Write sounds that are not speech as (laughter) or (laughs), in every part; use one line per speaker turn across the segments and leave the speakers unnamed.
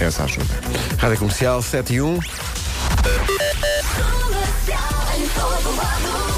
essa ajuda.
Rádio Comercial 7 e 1.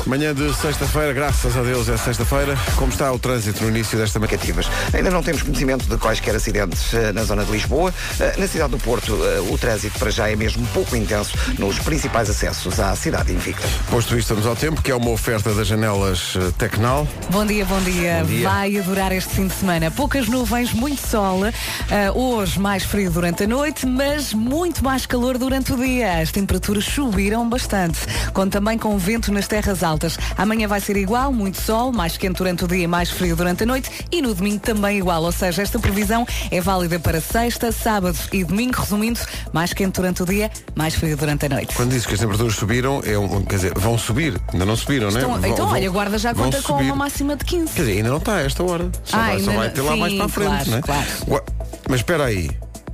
Manhã de sexta-feira, graças a Deus é sexta-feira. Como está o trânsito no início desta manhã?
Negativas. Ainda não temos conhecimento de quaisquer acidentes eh, na zona de Lisboa. Eh, Na cidade do Porto, eh, o trânsito para já é mesmo pouco intenso nos principais acessos à cidade invicta.
Posto isto, estamos ao tempo, que é uma oferta das janelas eh, Tecnal.
Bom dia, bom dia.
Bom dia.
Vai adorar este fim de semana. Poucas nuvens, muito sol. Ah, hoje mais frio durante a noite, mas muito mais calor durante o dia. As temperaturas subiram bastante. Conto também com vento nas terras altas. Amanhã vai ser igual, muito sol, mais quente durante o dia, mais frio durante a noite e no domingo também igual. Ou seja, esta previsão é válida para sexta, sábado e domingo. Resumindo, mais quente durante o dia, mais frio durante a noite.
Quando dizes que as temperaturas subiram, é um, quer dizer, vão subir. Ainda não subiram, não é?
Então,
Vão-
então
vão-
olha, guarda já
vão
conta com
subir.
uma máxima de 15.
Quer dizer, ainda não está a esta hora. Só,
Ah,
vai, só
ainda
vai
não-
ter lá mais
sim,
para a frente,
claro,
não é?
claro.
Gua- Mas espera aí.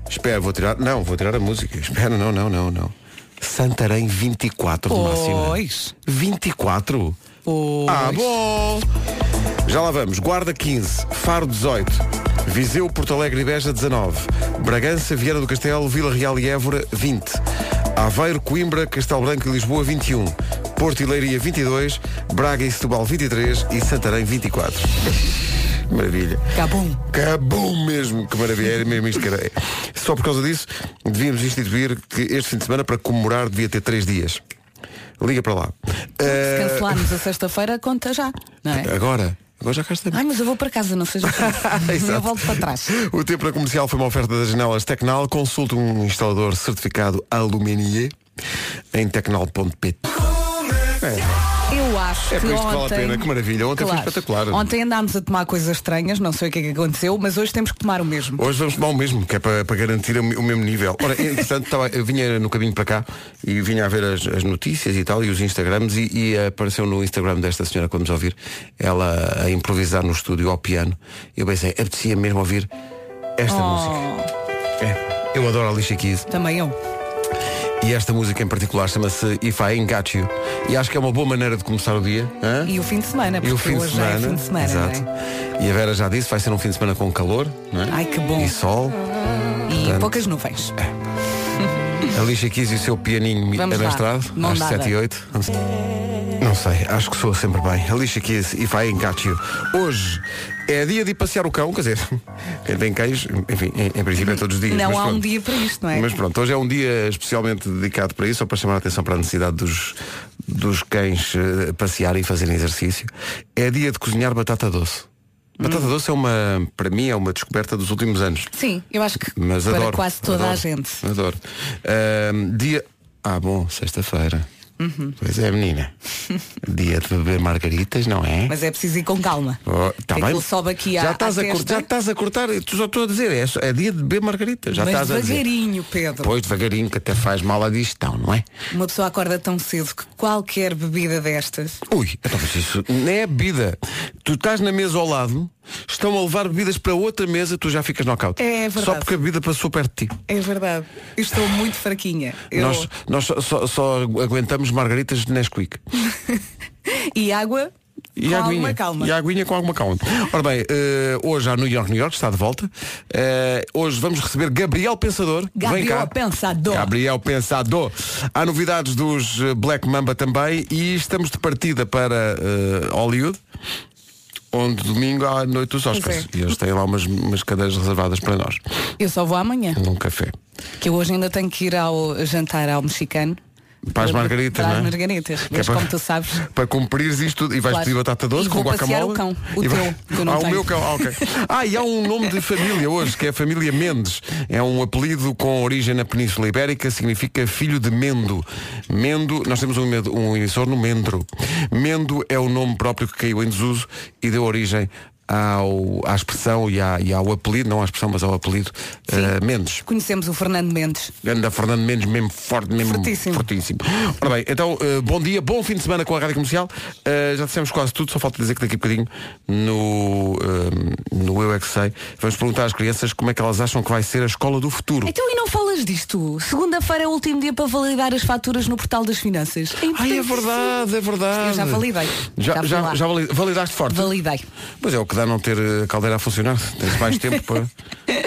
Espera, vou tirar. Não, vou tirar a música. Espera, não, não, não, não. Santarém 24 de máximo.
Pois.
24?
Pois.
Ah, bom! Já lá vamos. Guarda 15, Faro 18, Viseu, Porto Alegre e Beja 19, Bragança, Vieira do Castelo, Vila Real e Évora 20, Aveiro, Coimbra, Castelo Branco e Lisboa 21, Porto e Leiria 22, Braga e Setúbal 23 e Santarém 24. Maravilha.
Cabum.
Acabou mesmo, que maravilha, era mesmo isto que era. Só por causa disso, devíamos instituir que este fim de semana para comemorar devia ter três dias. Liga para lá.
Se
Eh,
cancelarmos a sexta-feira, conta já, não é?
Agora, agora já cá estamos.
Ai, mas eu vou para casa, não seja
(laughs)
preciso.
Exato.
eu volto para trás.
O tempo na comercial foi uma oferta das janelas Tecnal. Consulte um instalador certificado Aluminier em tecnal.pt.
Eu acho
É
que
por isto que
ontem...
vale a pena, que maravilha. Ontem foi espetacular.
Ontem andámos a tomar coisas estranhas, não sei o que é que aconteceu, mas hoje temos que tomar o mesmo.
Hoje vamos tomar o mesmo, que é para, para garantir o me- o mesmo nível. Ora, entretanto, estava- eu vinha no caminho para cá e vinha a ver as, as notícias e tal, e os Instagrams, e, e apareceu no Instagram desta senhora que vamos ouvir, ela a improvisar no estúdio ao piano. Eu pensei, apetecia mesmo ouvir esta música.
Oh,
É, eu adoro a Alicia Keys.
também eu.
E esta música em particular chama-se If I Ain't Got You. E acho que é uma boa maneira de começar o dia. hã?
E o fim de semana,
E
porque hoje já é fim de semana,
Exato.
não é?
E a Vera já disse, vai ser um fim de semana com calor, não é?
Ai, que bom.
E sol.
E
Portanto, é,
poucas nuvens.
Alicia Keys e o seu pianinho
Vamos lá,
alastrado,
mão
às
dada.
7 e 8. Não sei, acho que soa sempre bem. Alicia Keys, If I Ain't Got You. Hoje é dia de ir passear o cão, quer dizer, (laughs) quem tem cães, enfim, em, em princípio é todos os dias.
não
mas
há um
pronto.
dia para isto, não é?
Mas pronto, hoje é um dia especialmente dedicado para isso, só para chamar a atenção para a necessidade dos, dos cães eh, passearem e fazerem exercício. É dia de cozinhar batata doce.
Hum.
Batata doce é uma, para mim, é uma descoberta dos últimos anos.
Sim, eu acho que
Mas
para
adoro.
quase toda a
adoro,
gente.
Adoro. Ahm, dia. Ah, bom, sexta-feira.
Uhum.
Pois
(laughs)
é, menina. dia de beber margaritas, não é?
Mas é preciso ir com calma.
Oh, tá
Que
bem.
aquilo sobe aqui à-
já, estás
à
a cur-
testa.
já estás a cortar, eu só estou a dizer, é, só- é dia de beber margaritas. Já
mas
estás a dizer.
devagarinho, Pedro.
Pois devagarinho, que até faz mal à digestão, não é?
Uma pessoa acorda tão cedo que qualquer bebida destas.
Ui, então, mas isso nem é bebida. Tu estás na mesa ao lado, estão a levar bebidas para outra mesa, tu já ficas knockout.
É verdade.
Só porque a bebida passou perto de ti.
É verdade. Eu estou muito fraquinha. Eu-
Nós, nós só, só- só aguentamos margaritas de Nesquik.
E água
E
com
aguinha.
alguma calma.
E aguinha com alguma calma. Ora bem, eh, hoje há New York, New York, está de volta. Eh, hoje vamos receber Gabriel Pensador. Vem
Gabriel
cá.
Pensador.
Gabriel Pensador. Há novidades dos eh, Black Mamba também e estamos de partida para eh, Hollywood. Onde domingo há a noite dos Oscars.
Pois
E eles têm lá umas, umas cadeiras reservadas para nós.
Eu só vou amanhã.
Num café.
Que eu hoje ainda tenho que ir ao jantar ao mexicano.
Para as margaritas,
Para
não
as
é?
margaritas.
Que é
Mas
para-
como tu sabes.
Para cumprires isto tudo. E vais
Claro.
pedir batata doce
E
com
vou passear
guacamole.
o cão, o
E
teu, que eu não
ah, o
tenho.
meu cão, ah, ok. Ah, e há um nome de família hoje, que é a família Mendes. É um apelido com origem na Península Ibérica, significa filho de Mendo. Mendo, nós temos um, med- um emissor no Mendro. Mendo é o nome próprio que caiu em desuso e deu origem ao, à expressão e, à- e ao apelido, não à expressão, mas ao apelido eh, Mendes.
Conhecemos o Fernando Mendes.
Anda Fernando Mendes, mesmo forte, mesmo
Fortíssimo.
fortíssimo. Ora bem, então, eh, bom dia, bom fim de semana com a Rádio Comercial. Eh, já dissemos quase tudo, só falta dizer que daqui a bocadinho no, eh, no Eu É Que Sei vamos perguntar às crianças como é que elas acham que vai ser a escola do futuro.
Então e não falas disto? Segunda-feira é o último dia para validar as faturas no portal das finanças. É
Ai, é
importantíssimo.
verdade, é verdade.
Eu já validei.
Já,
Já fui
já,
lá.
já vali- validaste forte?
Validei. (laughs)
Pois é, o que dá não ter eh, a caldeira a funcionar. Tens mais tempo para...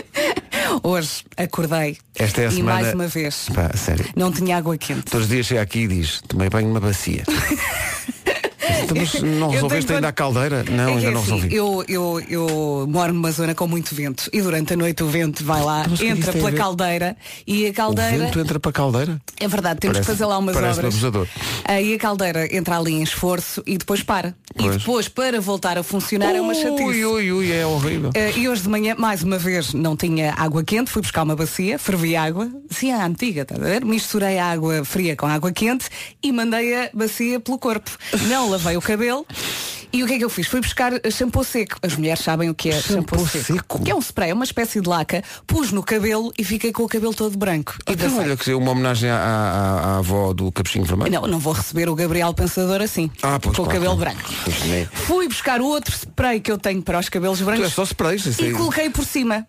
(laughs) Hoje acordei
Esta é a
e
semana-
mais uma vez
Pá, sério.
não tinha água quente.
Todos os dias chega aqui e diz, tomei banho numa
(laughs)
bacia. Então, mas não
Eu
resolveste
tenho
ainda a caldeira? Não,
É que
ainda
é
não
assim,
resolvi.
Eu, eu, eu moro numa zona com muito vento e durante a noite o vento vai lá,
Mas o que é que isso
entra
tem a
pela
ver?
caldeira e a
O
caldeira.
vento entra para a caldeira?
É verdade, temos
Parece-
que fazer lá umas
parece um
obras.
abusador.
Ah, e a caldeira entra ali em esforço e depois para.
Pois.
E depois, para voltar a funcionar, é uma chatice.
Ui, ui, ui, é horrível.
Ah, e hoje de manhã, mais uma vez, não tinha água quente, fui buscar uma bacia, fervi água, sim, a antiga, estás a ver? Misturei a água fria com a água quente e mandei a bacia pelo corpo. Não lavei o cabelo. E o que é que eu fiz? Fui buscar shampoo seco. As mulheres sabem o que é shampoo,
Shampoo seco?
seco. Que é um spray, é uma espécie de laca. Pus no cabelo e fiquei com o cabelo todo branco. E
Então,
passei.
olha, que uma homenagem à, à- à avó do Capuchinho Vermelho.
Não, não vou receber o Gabriel Pensador assim.
é. Ah, pois,
com o
claro,
cabelo
claro.
branco.
Pois, né?
Fui buscar outro spray que eu tenho para os cabelos
Tu
brancos
és só sprays. isso é-
e
aí.
coloquei por cima.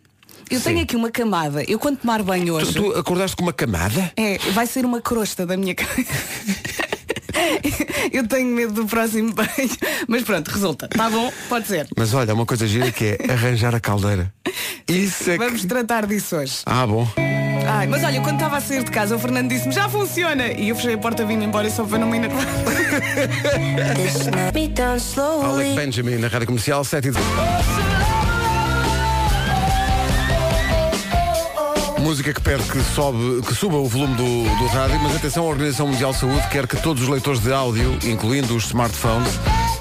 Eu tenho aqui uma camada. Eu quando tomar banho
Tu,
hoje,
tu acordaste com uma camada?
é, vai ser uma crosta da minha (laughs) cara. Eu tenho medo do próximo banho. Mas pronto, resulta. Tá bom, pode ser.
Mas olha, uma coisa gira que é arranjar
(laughs)
a caldeira. Isso é
Vamos
que...
tratar disso hoje.
Ah, bom.
Ai, mas olha, quando estava a sair de casa, o Fernando disse-me já funciona. E eu fechei a porta vindo embora só para não me enervar.
Be done slowly.
Alec Benjamin na Rádio Comercial 7 e 18. Música que pede que, sobe, que suba o volume do, do rádio, mas atenção, a Organização Mundial de Saúde quer que todos os leitores de áudio, incluindo os smartphones,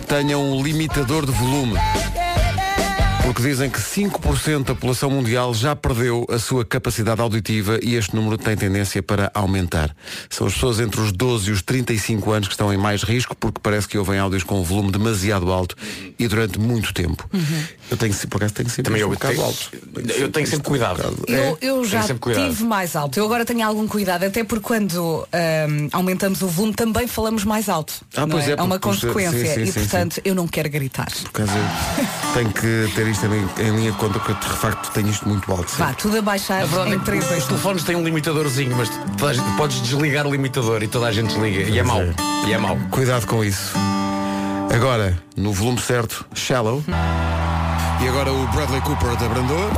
tenham um limitador de volume. Porque dizem que 5% da população mundial já perdeu a sua capacidade auditiva e este número tem tendência para aumentar. São as pessoas entre os 12 e os 35 anos que estão em mais risco porque parece que ouvem áudios com um volume demasiado alto e durante muito tempo. Eu tenho, se- por acaso, tenho sempre
Uhum. Também
isto um
eu
bocado
tenho-
alto.
eu tenho sempre cuidado.
É?
Eu, eu
Tenho
já
sempre cuidado.
tive mais alto. Eu agora tenho algum cuidado, até porque quando ahm, aumentamos o volume também falamos mais alto.
Ah,
não
pois é,
é, uma
porque-
consequência.
sim, sim,
e
sim,
portanto eu não quero gritar.
Por causa, (laughs) tenho que ter isto em, em linha de conta porque de facto tenho isto muito alto.
Vá, tudo a baixar em
é que
3
os telefones têm um limitadorzinho, mas toda a gente- podes desligar o limitador e toda a gente desliga. E é mau. E é mau.
Cuidado com isso. Agora, no volume certo, Shallow. E agora o Bradley Cooper da Brandor.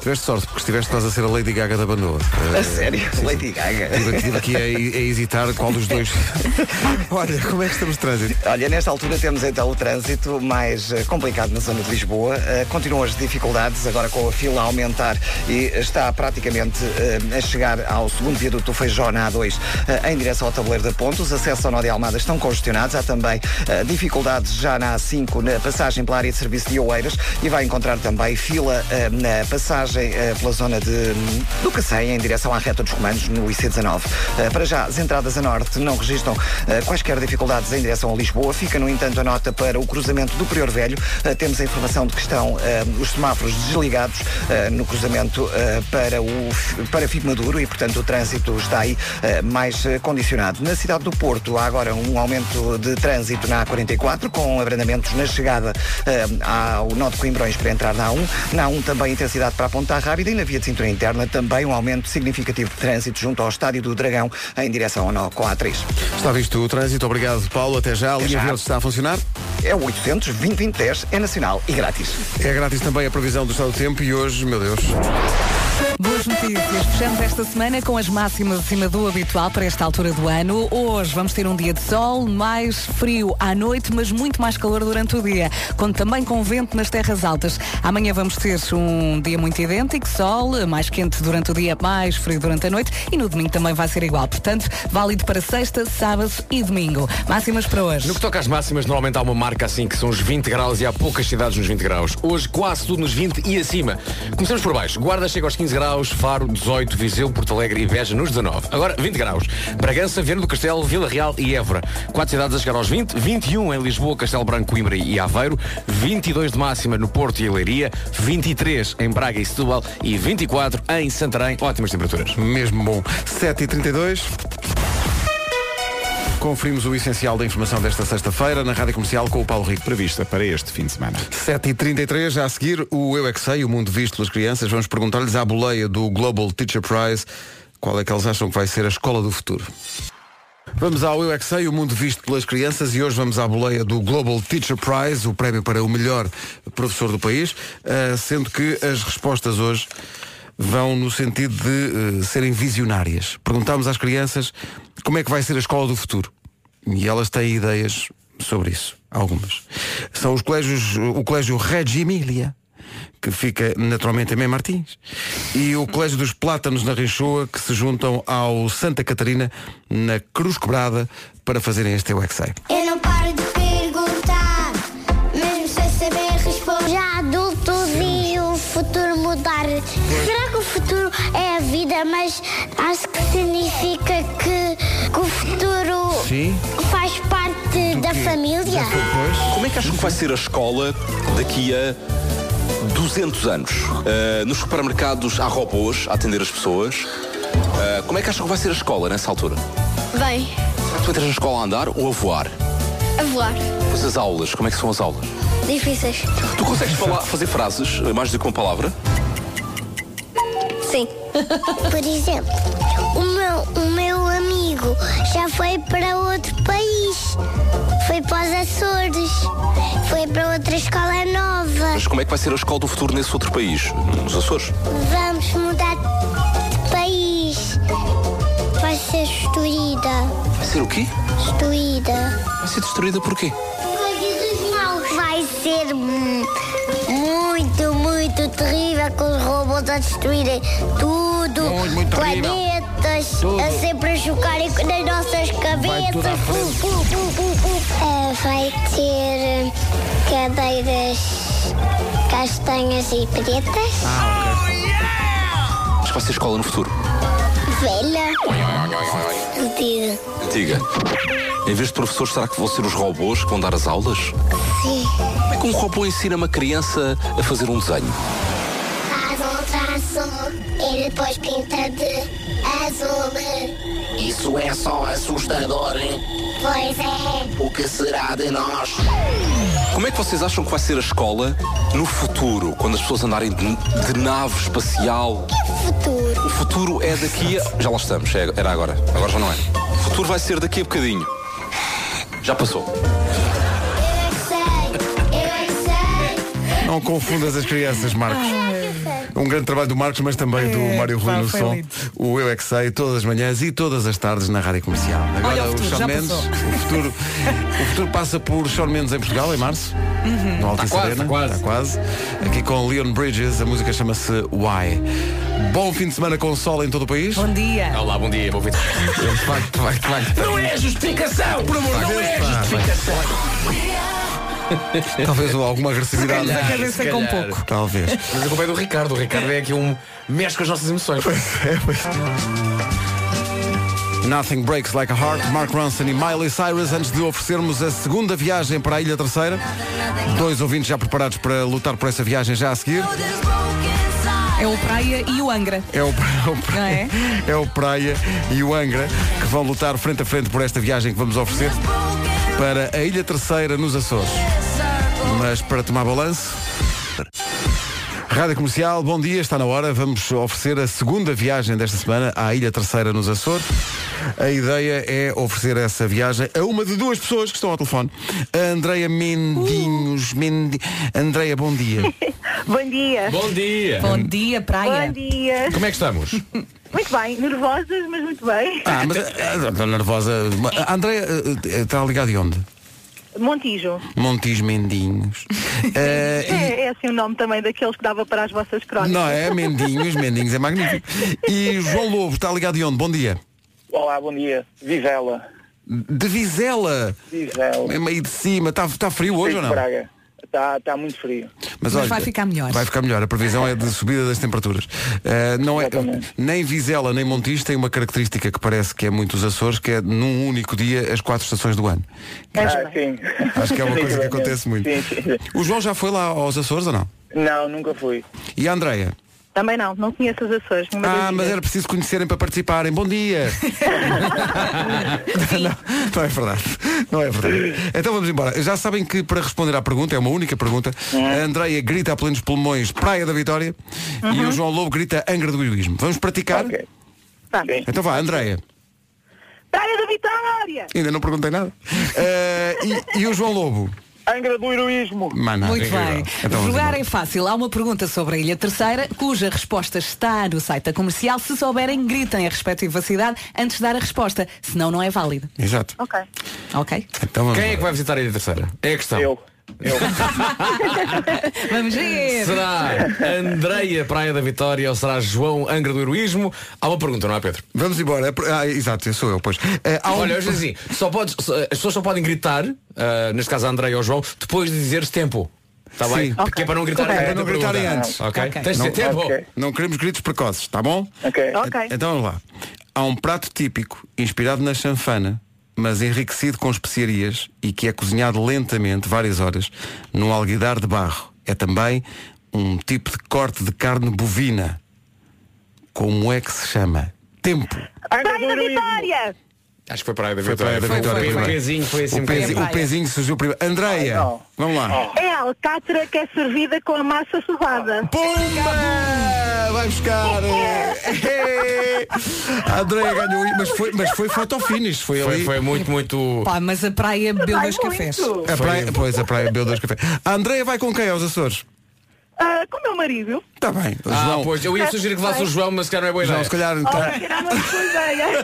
Tiveste sorte, porque estiveste quase a ser a Lady Gaga da Brandor.
A sério? Lady Gaga.
Estive aqui a, a hesitar qual dos dois. (laughs) Olha, como é que estamos de trânsito?
Olha, nesta altura temos então o trânsito mais eh, complicado na zona de Lisboa. Eh, continuam as dificuldades, agora com a fila a aumentar e está praticamente eh, a chegar ao segundo viaduto do Feijó na A2 eh, em direção ao tabuleiro da Ponte. Os acessos ao Nó de Almada estão congestionados. Há também eh, dificuldades já na A5, na passagem pela área de serviço de Oeiras e vai encontrar também fila eh, na passagem eh, pela zona de hum, do Cacém em direção à reta dos comandos no IC19. Eh, para já, as entradas a norte não registram eh, quaisquer dificuldades em direção a Lisboa. Fica, no entanto, a nota para o cruzamento do Prior Velho. Eh, temos a informação de que estão eh, os semáforos desligados eh, no cruzamento eh, para, o, F- para Fico Maduro e, portanto, o trânsito está aí eh, mais eh, condicionado. Na cidade do Porto há agora um aumento de trânsito na A44 com abrandamentos na chegada eh, ao nó de Coimbrões para entrar na A1. Na A1 também intensidade para a Ponta Rábida e na via de cintura interna também um aumento significativo de trânsito junto ao Estádio do Dragão em direção ao nó com a A3.
Está visto o trânsito, obrigado Paulo, até já. A linha
já.
verde está a funcionar.
É o 800 2020 10, é nacional e grátis.
É grátis também a previsão do estado do tempo e hoje, meu Deus.
Boas notícias. Fechamos esta semana com as máximas acima do habitual para esta altura do ano. Hoje vamos ter um dia de sol, mais frio à noite, mas muito mais calor durante o dia, quando também com vento nas terras altas. Amanhã vamos ter um dia muito idêntico, sol, mais quente durante o dia, mais frio durante a noite e no domingo também vai ser igual. Portanto, válido para sexta, sábado e domingo. Máximas para hoje.
No que toca às máximas, normalmente há uma marca assim que são os 20 graus e há poucas cidades nos 20 graus. Hoje quase tudo nos 20 e acima. Começamos por baixo. Guarda chega aos 15 graus, Faro 18, Viseu, Porto Alegre e Veja nos 19. Agora 20 graus. Bragança, Viana do Castelo, Vila Real e Évora. Quatro cidades a chegar aos 20. 21 em Lisboa, Castelo Branco, Coimbra e Aveiro. 22 de máxima no Porto e Leiria. 23 em Braga e Setúbal. E 24 em Santarém. Ótimas temperaturas.
Mesmo bom. 7h32. Conferimos o essencial da informação desta sexta-feira na Rádio Comercial com o Paulo Rico.
prevista para este fim de semana.
7h33, já a seguir, o Eu É Que Sei, o mundo visto pelas crianças. Vamos perguntar-lhes à boleia do Global Teacher Prize qual é que eles acham que vai ser a escola do futuro. Vamos ao Eu é que Sei, o mundo visto pelas crianças e hoje vamos à boleia do Global Teacher Prize, o prémio para o melhor professor do país, eh, sendo que as respostas hoje vão no sentido de eh, serem visionárias. Perguntámos às crianças como é que vai ser a escola do futuro e elas têm ideias sobre isso, algumas. São os colégios, o colégio Reggio Emília, que fica naturalmente em Mem Martins, e o Colégio dos Plátanos na Rinchoa, que se juntam ao Santa Catarina, na Cruz Quebrada, para fazerem este Eu É Que Sei.
Eu não paro de perguntar, mesmo sem saber responder. Já adulto vi o futuro mudar. Será que o futuro é a vida? Mas acho que significa que, que o futuro
Sim.
faz parte da família.
Como é que acham que vai ser a escola daqui a 200 anos? Ah, nos supermercados há robôs a atender as pessoas. Ah, como é que acham que vai ser a escola nessa altura?
Bem,
Será que tu entras na escola a andar ou a voar?
a voar.
Pois as aulas, como é que são as aulas?
Difíceis.
Tu consegues falar- fazer frases, eh, mais do que uma palavra?
Sim.
Por exemplo, o meu, o meu amigo já foi para outro país. Foi para os Açores. Foi para outra escola nova.
Mas como é que vai ser a escola do futuro nesse outro país? Nos Açores?
Vamos mudar de país. Vai ser destruída.
Vai ser o quê?
Destruída.
Vai ser destruída por quê?
Vai ser hum, muito, muito terrível com os robôs a destruírem tudo. planetas a sempre a chocarem nas nossas cabeças. Pum, pum, pum, pum, pum. Eh, vai ter hum, cadeiras castanhas e pretas.
Acho que vai ser escola no futuro.
Velha. Mentira.
Diga. Em vez de professores, será que vão ser os robôs que vão dar as aulas?
Sim.
Como é que um robô ensina uma criança a fazer um desenho?
Faz um traço e depois pinta de azul.
Isso é só assustador.
Pois é,
O que será de nós?
Como é que vocês acham que vai ser a escola no futuro, quando as pessoas andarem de, de nave espacial?
futuro.
O futuro é daqui a. Já lá estamos, é- era agora. Agora já não é. O futuro vai ser daqui a bocadinho. Já passou.
Eu é que sei, eu é que sei.
Não confundas as crianças, Marcos. Um grande trabalho do Marcos, mas também do
Ah, É,
Mário Rui
pá,
no
foi
som.
lindo.
O Eu É Que Sei, todas as manhãs e todas as tardes na Rádio Comercial. Agora
Olha, o futuro,
Shawn
já
Mendes,
passou.
o futuro, o futuro passa por Shawn Mendes em Portugal, em março. No Altice
quase,
Arena.
tá quase.
Tá quase. Aqui com Leon Bridges, a música chama-se Why. Bom fim de semana com sol em todo o país.
Bom dia.
Olá, bom dia, bom fim de semana.
Não é justificação, por amor, não é justificação.
Talvez alguma agressividade.
Temos a
se
cabeça
calhar.
com pouco.
Talvez.
Mas a culpa é do Ricardo. O Ricardo é aqui um. mexe com as nossas emoções. é.
Nothing Breaks Like a Heart, Mark Ronson e Miley Cyrus, antes de oferecermos a segunda viagem para a Ilha Terceira. Dois ouvintes já preparados para lutar por essa viagem já a seguir.
É o Praia e o Angra.
É o, (laughs) é o
Não é?
é o Praia e o Angra que vão lutar frente a frente por esta viagem que vamos oferecer para a Ilha Terceira nos Açores. Mas para tomar balanço. Rádio Comercial, bom dia, está na hora. Vamos oferecer a segunda viagem desta semana à Ilha Terceira nos Açores. A ideia é oferecer essa viagem a uma de duas pessoas que estão ao telefone. A Andreia Mendinhos. Mendi... Andreia, bom dia.
Bom dia.
Bom dia!
Bom dia, Praia.
Bom dia.
Como é que estamos?
Muito bem, nervosas, mas muito bem.
Ah, mas estou nervosa. A Andréia eh, está ligada de onde?
Montijo.
Montis Mendinhos. Eh,
É, é assim o nome também daqueles que dava para as vossas
e-
crónicas.
não é? Mendinhos, Mendinhos é magnífico. E João Lobo está ligado de onde? Bom dia.
Olá, bom dia. Vivela.
De Vizela,
Vizela.
é meio de cima. Está tá frio hoje ou não?
Braga. Está tá muito frio.
Mas vai ficar melhor.
Vai ficar melhor. A previsão é de subida das temperaturas. Eh, não é,
Exatamente.
nem Vizela nem Montijo tem uma característica que parece que é muito os Açores, que é num único dia as quatro estações do ano.
Ah, sim.
Acho que é uma coisa que
Sim,
acontece muito.
Sim, sim.
O João já foi lá aos Açores ou não?
Não, nunca fui.
E a Andreia?
Também não, não conheço as Açores. nenhuma
Ah,
das
mas
ilhas.
era preciso conhecerem para participarem. Bom dia! não, não é verdade. Não é verdade. Então vamos embora. Já sabem que para responder à pergunta, é uma única pergunta, a Andreia grita a plenos pulmões Praia da Vitória e o João Lobo grita Angra do Heroísmo. Vamos praticar?
Ok.
Tá.
Sim.
Então vá, Andreia.
Praia da Vitória!
Ainda não perguntei nada. Eh, e, e o João Lobo?
Angra do Heroísmo.
Mana,
Muito bem.
Então,
Jogar é fácil. Há uma pergunta sobre a Ilha Terceira, cuja resposta está no site da comercial. Se souberem, gritem a respectiva cidade antes de dar a resposta. Senão, não é
(laughs)
válido.
Exato.
Ok.
Ok?
Então vamos
Quem é que vai visitar a Ilha Terceira? É a questão.
Eu.
(laughs) Vamos ver.
Será
(laughs)
Andreia Praia da Vitória ou será João Angra do Heroísmo? Há uma pergunta, não é, Pedro?
Vamos embora. Ah, exato, eu sou eu, pois. Eh, há um-
Olha, hoje assim, só podes, só- as pessoas só podem gritar, ah, neste caso a Andreia ou João, depois de dizeres tempo. Está
Sim.
bem? Porque é para não gritarem
Para
durante
não
a pergunta.
gritarem antes.
Ok?
Ok.
Tens de dizer tempo.
Ok.
Não queremos gritos precoces, tá bom?
Ok.
Ok.
Então vamos lá. Há um prato típico inspirado na chanfana, mas enriquecido com especiarias e que é cozinhado lentamente, várias horas, num alguidar de barro. É também um tipo de corte de carne bovina. Como é que se chama? Tempo.
Angra
Praia
do
da
Heroísmo.
Vitória!
Acho que foi Praia É da
Foi
Vitória.
Praia da Vitória,
o
foi.
pezinho, foi assim um
o, pezinho,
bocadinho.
o pezinho surgiu primeiro.
Ai,
Andreia,
não.
vamos lá.
É a alcatra que é servida com a massa sovada.
Pumba! Vai buscar! eh, (laughs) A Andreia ganhou, mas foi, mas foi foto finish, foi,
Foi,
ali.
foi muito, muito.
Pá, mas a praia bebeu
Vai
dois cafés.
muito.
A praia, pois, a praia bebeu dois cafés. A Andreia vai com quem aos Açores?
Ah, com o meu marido. Tá
Está Tá bem. então,
Ah,
João,
pois, eu ia sugerir que levasse o João, mas se calhar não é boa
João, se
ideia.
calhar, então.
(laughs)
Olha, era uma boa ideia.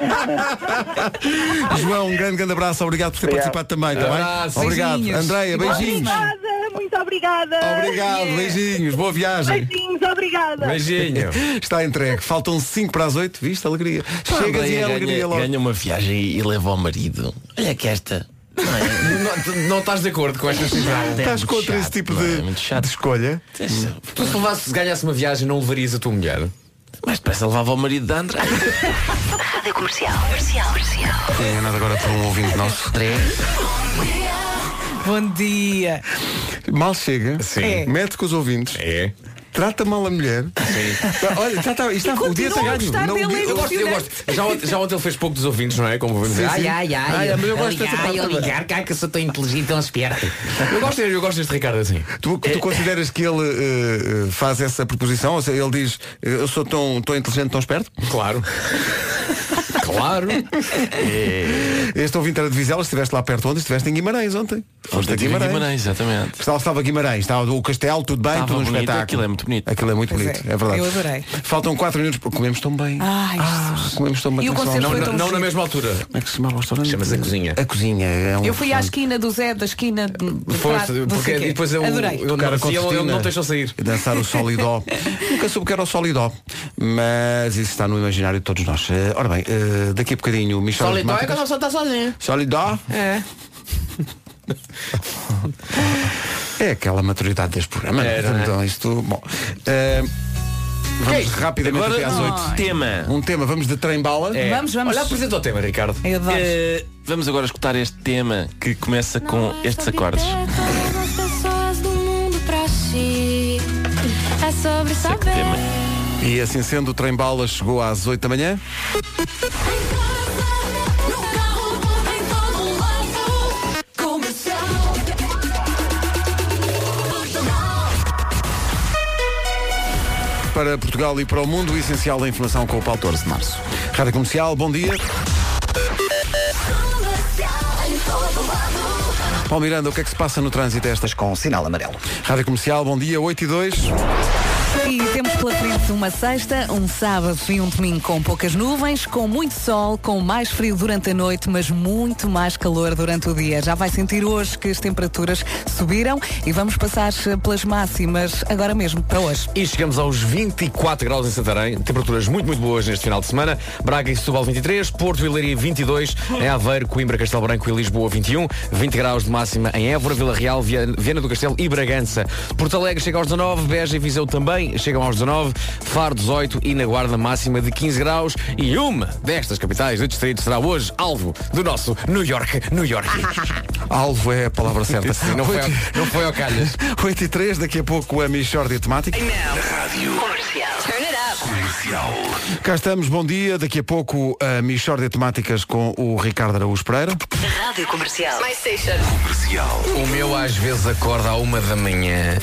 João, um grande, grande abraço. Obrigado por ter
Obrigado.
participado também, está
Abraço.
bem? Obrigado.
Beijinhos.
Andreia, beijinhos.
Obrigada, eh, muito obrigada.
Obrigado, beijinhos. Boa viagem.
Beijinhos, obrigada.
Beijinho.
Está entregue. Faltam 5 para as 8. Viste? Alegria. Chegas e é alegria
ganha,
logo.
ganha uma viagem e, e leva ao marido. Olha que esta. Não é?
não, não estás de acordo com esta decisão?
É
Estás
muito
contra
chato,
esse tipo
não é?
de,
É muito chato.
de escolha?
Tu se levasses, se ganhasse uma viagem, não levarias a tua mulher?
Mas depressa levava ao marido da André.
Rádio Comercial. Comercial. Comercial.
É enganado agora por um ouvinte nosso.
Bom dia.
Mal chega,
É.
mete com os ouvintes,
É.
trata mal a mulher. Ah, Olha, já está, isto está, o dia está
continua a
ganho.
gostar
o
dele,
dia-
Eu gosto, eu gosto. Já, ontem- já ontem ele fez pouco dos ouvintes, não é? Como vamos dizer.
Sim, sim. Ai, mas eu gosto dessa parte também.
ai, que eu sou tão inteligente, tão esperto.
Eu gosto, eu gosto deste Ricardo assim.
Tu, tu consideras que ele eh, eh, faz essa proposição? Ou seja, ele diz, eh, eu sou tão, tão inteligente, tão esperto?
Claro.
(laughs)
claro. É.
Este ouvinte era de Vizela, estiveste lá perto ontem, estiveste em Guimarães ontem.
Foste aqui em Guimarães, exatamente.
Estava, estava Guimarães, estava o castelo, tudo bem,
Estava
tudo um
bonito,
espetáculo.
aquilo é muito bonito.
Aquilo é muito
Pois
bonito, é,
é,
verdade.
eu adorei.
Faltam 4 minutos, porque comemos tão bem.
Ai,
Ah, comemos tão bem.
E o
Como é que
concerto
se chama?
foi
Não,
tão
não
giro.
na mesma altura.
Como é que se chama o restaurante?
Chama-se a cozinha.
A cozinha. É um
Eu fui à
restaurante.
esquina do Zé, da esquina de- de prato,
Foste,
não
porque
sei quê.
depois
é
eu,
Adorei.
eu não,
Tocar a
e ele, ele
concertina.
não deixou sair.
E Dançar o
(laughs)
solidó. Nunca soube o que era o solidó. Mas isso está no imaginário de todos nós. Eh, ora bem, eh, daqui a bocadinho o Michel.
é
Matemáticas-
pessoa está sozinha.
Solidó?
É.
É aquela maturidade deste programa. não é?
É, não é?
Então isto. Bom. Eh, vamos rapidamente até
Agora,
às oito.
um tema.
Um tema, vamos de trem-bala.
É.
Vamos, vamos.
Olha, apresenta o tema, Ricardo.
Eu adoro.
Eh, vamos agora escutar este tema que começa com estes acordes.
Todas as pessoas do mundo pra si. É sobre
Que tema.
E assim sendo, o trem-bala chegou às 8 da manhã. Para Portugal e para o mundo, o essencial da informação com o Paulo 14 de março. Rádio Comercial, bom dia. Paulo Miranda, o que é que se passa no trânsito a estas?
Estas com sinal amarelo.
Rádio Comercial, bom dia, 8 e 2.
E temos pela frente uma sexta, um sábado e um domingo com poucas nuvens, com muito sol, com mais frio durante a noite, mas muito mais calor durante o dia. Já vai sentir hoje que as temperaturas subiram e vamos passar eh, pelas máximas agora mesmo, para hoje.
E chegamos aos 24 graus em Santarém, temperaturas muito, muito boas neste final de semana. Braga e Setúbal 23, Porto e Leiria 22, em Aveiro, Coimbra, Castelo Branco e Lisboa 21, 20 graus de máxima em Évora, Vila Real, Via- Viana do Castelo e Bragança. Porto Alegre chega aos 19, Beja e Viseu também chegam aos 19, Faro 18 e na Guarda máxima de 15 graus. E uma destas capitais do distrito será hoje alvo do nosso New York, New York. (laughs)
Alvo é a palavra (laughs) certa.
Não foi, ao-
8,
não foi ao
(laughs)
Calhas.
8 e 3, daqui a pouco a Michórdia Temática.
Comercial. Turn it up.
Cá estamos, bom dia. Daqui a pouco a Michórdia Temáticas com o Ricardo Araújo Pereira.
Rádio Comercial. My station.
O meu às vezes acorda à uma da manhã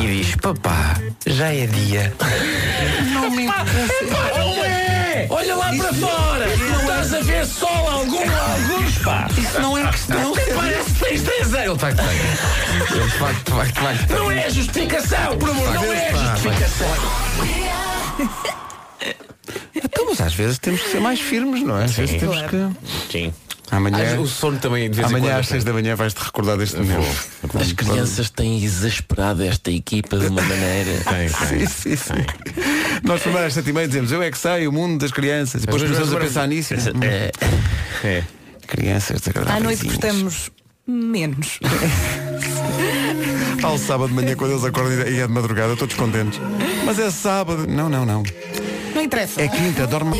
e diz, papá, já é dia.
Não me
é!
Olha lá para fora! Está
estás a ver sol algum, alguns, pá.
Isso não é questão.
Até parece que tens 10 anos.
Vai, vai. Ele de facto, vai, vai.
é Não é justificação, por amor, não é justificação.
Então, mas às vezes temos que ser mais firmes, não é? Às vezes temos que.
Sim.
Amanhã,
Às- o sono também, de vez em
amanhã
quando,
às 6 da manhã vais-te recordar deste momento.
As crianças têm exasperado esta equipa de
(laughs)
uma maneira.
Sim, sim, sim. Nós primeiro às 7 e meia dizemos eu é que sei, o mundo das crianças. E depois
Mas-
começamos a
mas-
pensar nisso.
É.
Crianças
À
desagradáveis.
noite gostamos menos.
Ao sábado de manhã, quando eles acordam e é de madrugada, todos contentes. Mas é sábado. Não, não, não.
Não interessa.
É quinta, dorme.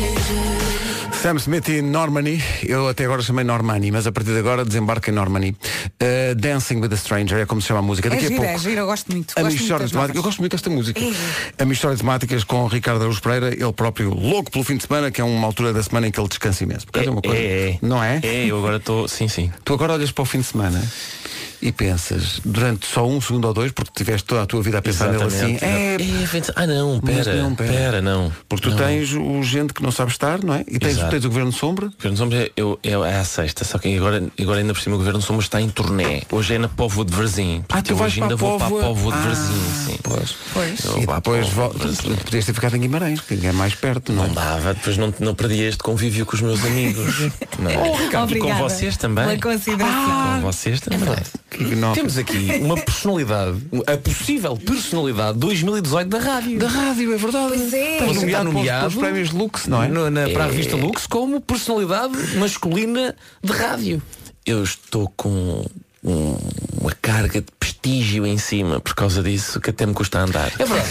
Sam Smith e Normani, eu até agora chamei Normani, mas a partir de agora desembarca em Normani. Uh, Dancing with a Stranger é como se chama a música.
É
(laughs) Daqui a
gira,
pouco.
é gira, eu gosto muito.
A
gosto
mistura
muito das
de temáticas, eu
novas.
gosto muito desta música.
É.
A mistura de temáticas com o Ricardo Aruz Pereira, ele próprio louco pelo fim de semana, que é uma altura da semana em que ele descansa imenso. Porque é, uma coisa, Não é?
É, eu agora estou. Sim, sim.
Tu agora olhas para o fim de semana e pensas, durante só um segundo ou dois, porque tiveste toda a tua vida a pensar nele assim, é,
Exatamente. ah não,
Mas
pera,
não, é um
não,
pera.
pera. não.
Porque tu
Não.
tens o gente que não sabe estar, não é? E tens,
Exato.
tens o Governo Sombra.
O Governo Sombra é, eu, é, é à sexta, só que agora, agora ainda por cima o Governo Sombra está em turnê. Hoje é na Póvoa de Varzim.
Ah,
Portanto,
tu
eu
vais
hoje
para
ainda
a
vou para a
Póvoa?
Póvoa de
Ah,
Varzim, sim.
Pois.
Pois.
Eu
E
vá,
depois
pô,
vol-
Brasil.
podias ter ficado em Guimarães, que é mais perto, não é?
Não dava, depois não, não perdi este convívio com os
(laughs)
meus amigos. Não. é?
Oh,
e com
Oh, Obrigada
vocês também. Ah.
Pela consideração.
Com vocês
É
também.
Que ignoro.
Temos aqui uma personalidade, a possível personalidade 2018 da rádio.
Da rádio, é verdade.
Pois é.
Estás
Você está
nomeado,
nomeado.
para os prémios Lux, não é?
No- na- para a
É.
revista Lux como personalidade masculina de rádio.
Eu estou com um- uma carga de prestígio em cima por causa disso que até me custa andar.
É verdade.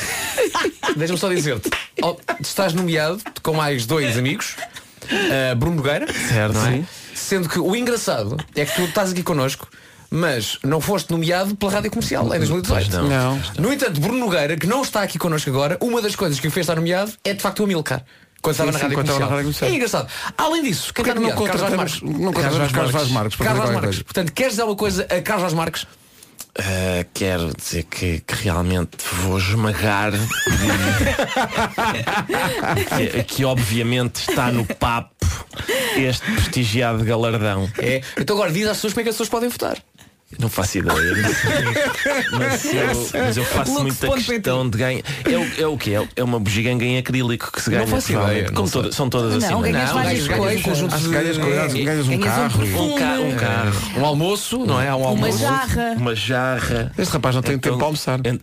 Deixa-me só dizer-te. Ó, estás nomeado com mais dois amigos. uh, Bruno Nogueira.
Certo.
não é? Sendo que o engraçado é que tu estás aqui connosco, mas não foste nomeado pela rádio comercial em 2018.
Pois não.
Não.
No entanto, Bruno Nogueira, que não está aqui connosco agora, uma das coisas que o fez estar nomeado é de facto o Amilcar. Quando estava na
sim,
rádio
quando estava na
comercial.
rádio comercial.
É engraçado. Além disso, quem
Porquê
está
que não
nomeado? Carlos Vaz Marques.
contratamos- não contratamos Carlos Vaz Marques para
Carlos
fazer qualquer
Vaz Marques.
coisa?
Portanto, queres dizer alguma coisa a Carlos Vaz Marques?
Ah, quero dizer que, que realmente vou
(laughs)
esmagar que, que obviamente está no papo este prestigiado galardão.
É. Então agora diz às pessoas como é que as pessoas podem votar.
Não faço ideia. Mas
(laughs)
eu, mas eu faço muita
Lux.pt.
questão de ganhar. É o, é o que? É uma bugiganga em acrílico que se ganha.
faço
provavelmente.
ideia, não
Como
sei.
todas- são todas assim.
Não,
é?
ganhas várias
ganhas- ganhas
coisas.
um conjunto
Acho
de-
que ganhas, qualidade,
Ganhas
ganhas um
um
carro.
perfume.
Um, ca um carro.
Um almoço, não é? Há Um
Uma
almoço.
jarra.
Uma jarra.
Este rapaz não tem tempo para almoçar.
Ent-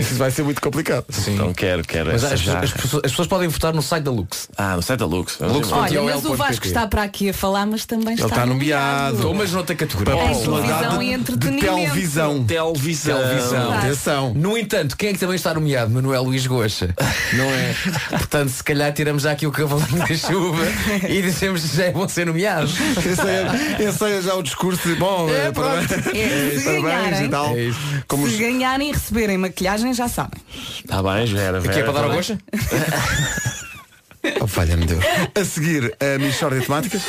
Isso vai ser muito complicado.
Então quero, quero
Mas
essa
as,
jarra.
as pessoas, as pessoas podem votar no site da Lux.
Ah, no site da Lux.
Olha,
Ponto
mas
IOL.pt.
o Vasco está para aqui a falar, mas também
Ele está nomeado.
Ou mas noutra categoria.
Para
Em É, televisão e
personalidade de- de
entretenimento.
televisão.
Televisão.
Televisão.
Atenção.
No entanto, quem é que também está nomeado? Manuel
(laughs)
Luís Goxa. Não é? Portanto, se calhar tiramos já aqui o cavalinho da
(laughs)
chuva e dizemos que já vão ser nomeados.
Esse é- Esse é já o discurso de bom,
É,
eh, parabéns,
É, se
parabéns e
ganharem.
tal.
É isso.
Como os-
Se ganharem e receberem maquilhagem, já sabem.
Está Tá bem, Vera.
Aqui é para dar ao Goxa?
Oh, valha-me Deus. A seguir, a Michórdia de Temáticas.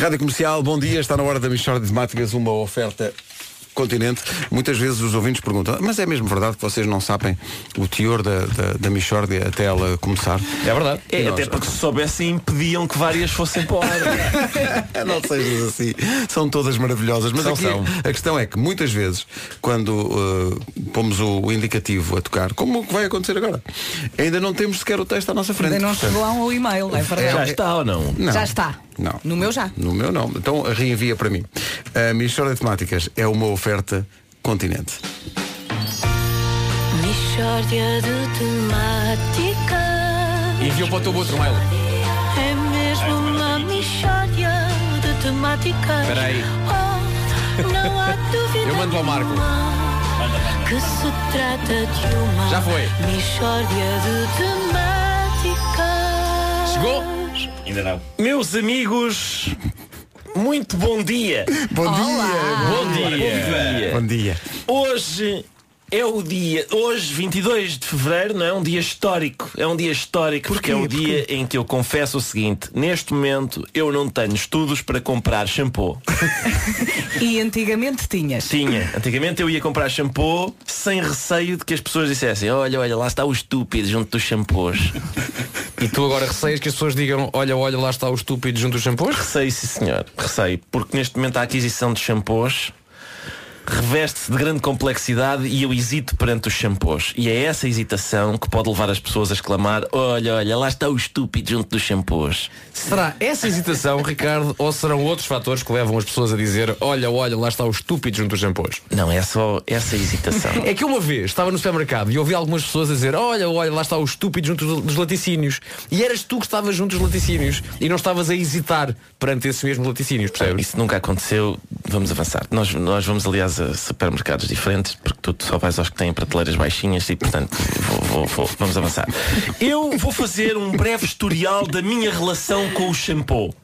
Rádio Comercial, bom dia. Está na hora da Michórdia de Temáticas, uma oferta continente. Muitas vezes os ouvintes perguntam, mas é mesmo verdade que vocês não sabem o teor da, da, da Michórdia até ela começar?
É verdade.
É,
E
até
nós-
porque se soubessem impediam que várias fossem para o ar.
(laughs) Não sejas assim. São todas maravilhosas. Mas
São,
aqui
são.
a questão é que muitas vezes, quando uh, pomos o, o indicativo a tocar, como o que vai acontecer agora, ainda não temos sequer o texto à nossa frente.
Ainda não
Portanto,
chegou a um e-mail, é
Já
verdade.
está ou não?
não.
Já está.
Não.
No meu já.
No meu não. Então reenvia para mim. A Ministério de Temáticas é uma oferta continente.
Mixórdia de temáticas.
Enviou para o teu outro mail.
É mesmo uma mixórdia de temáticas.
Espera aí.
Oh, não há dúvida.
Eu mando ao Marco.
nenhuma Que se trata de uma.
Já foi.
Mixórdia de temáticas.
Chegou?
Meus amigos, muito bom dia.
Bom
Ah, Bom dia.
dia. Bom dia.
Hoje é o dia, hoje 22 de fevereiro, não é um dia histórico. É um dia histórico porque é o dia em que eu confesso o seguinte: neste momento eu não tenho estudos para comprar shampoo.
E antigamente tinhas.
Tinha. Antigamente eu ia comprar shampoo sem receio de que as pessoas dissessem: olha, olha, lá está o estúpido junto dos shampoos.
E tu agora receias que as pessoas digam, olha, olha, lá está o estúpido junto dos shampoos?
Receio, sim senhor, receio, porque neste momento a aquisição de shampoos reveste-se de grande complexidade e eu hesito perante os shampoos. E é essa hesitação que pode levar as pessoas a exclamar, olha, olha, lá está o estúpido junto dos shampoos.
Será essa hesitação, Ricardo, ou serão outros fatores que levam as pessoas a dizer, olha, olha, lá está o estúpido junto dos shampoos?
Não, é só essa hesitação.
É que uma vez estava no supermercado e ouvi algumas pessoas a dizer Olha, olha, lá está o estúpido junto dos- dos laticínios E eras tu que estavas junto dos laticínios E não estavas a hesitar perante esses mesmos laticínios, percebes?
Ah, Isso nunca aconteceu, vamos avançar. Nós, nós vamos, aliás, a supermercados diferentes, porque tu só vais aos que têm prateleiras baixinhas e, portanto, vou- vou- vou- vamos avançar. Eu vou fazer um breve historial da minha relação com o shampoo.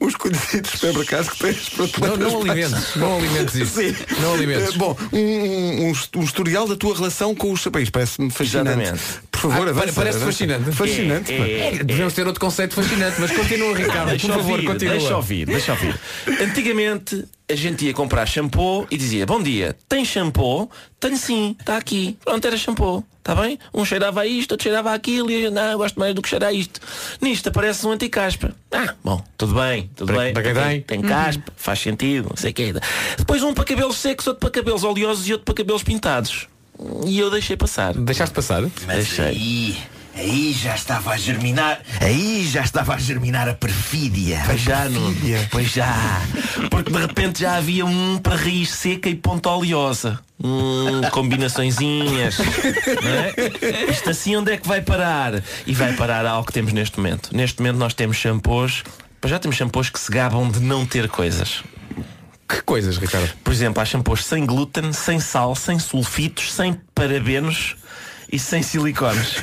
Os conhecidos supermercados que têm as prateleiras
Não- não alimentes,
baixas.
não
(laughs)
alimentes isto.
Sim.
Não alimentes.
Eh, Bom, um, um, um est- um historial da tua relação com os chapéus. Parece-me fascinante.
Exatamente.
Por favor,
Ah,
avança,
pare- Parece
avança.
fascinante.
Fascinante. pá.
É, devemos ter outro conceito fascinante, mas
(laughs)
continua, Ricardo,
Deixa
por
eu
favor,
ouvir,
continua.
Deixa eu ouvir, deixa eu ouvir. Antigamente a gente ia comprar shampoo e dizia, bom dia, tem shampoo? Tenho sim, está aqui. Pronto, era shampoo. Está bem? Um cheirava a isto, outro cheirava aquilo e eu, não, eu gosto mais do que cheirar a isto. Nisto aparece um anticaspa. Ah, bom, tudo bem, tudo
Para-
bem.
para quem tem?
Tem caspa, faz sentido, não sei o que Depois um para cabelos secos, outro para cabelos oleosos e outro para cabelos pintados. E eu deixei passar.
Deixaste passar?
Deixei.
Aí, aí já estava a germinar, aí já estava a germinar a perfídia.
Pois já, Nuno. Pois já. Porque de repente já havia um para raiz seca e ponta oleosa. Hum, combinaçõezinhas. não é? Isto assim onde é que vai parar? E vai parar algo que temos neste momento. Neste momento nós temos shampoos. Pois já temos shampoos que se gabam de não ter coisas.
Que coisas, Ricardo?
Por exemplo, há shampoos sem glúten, sem sal, sem sulfitos, sem parabenos e sem silicones.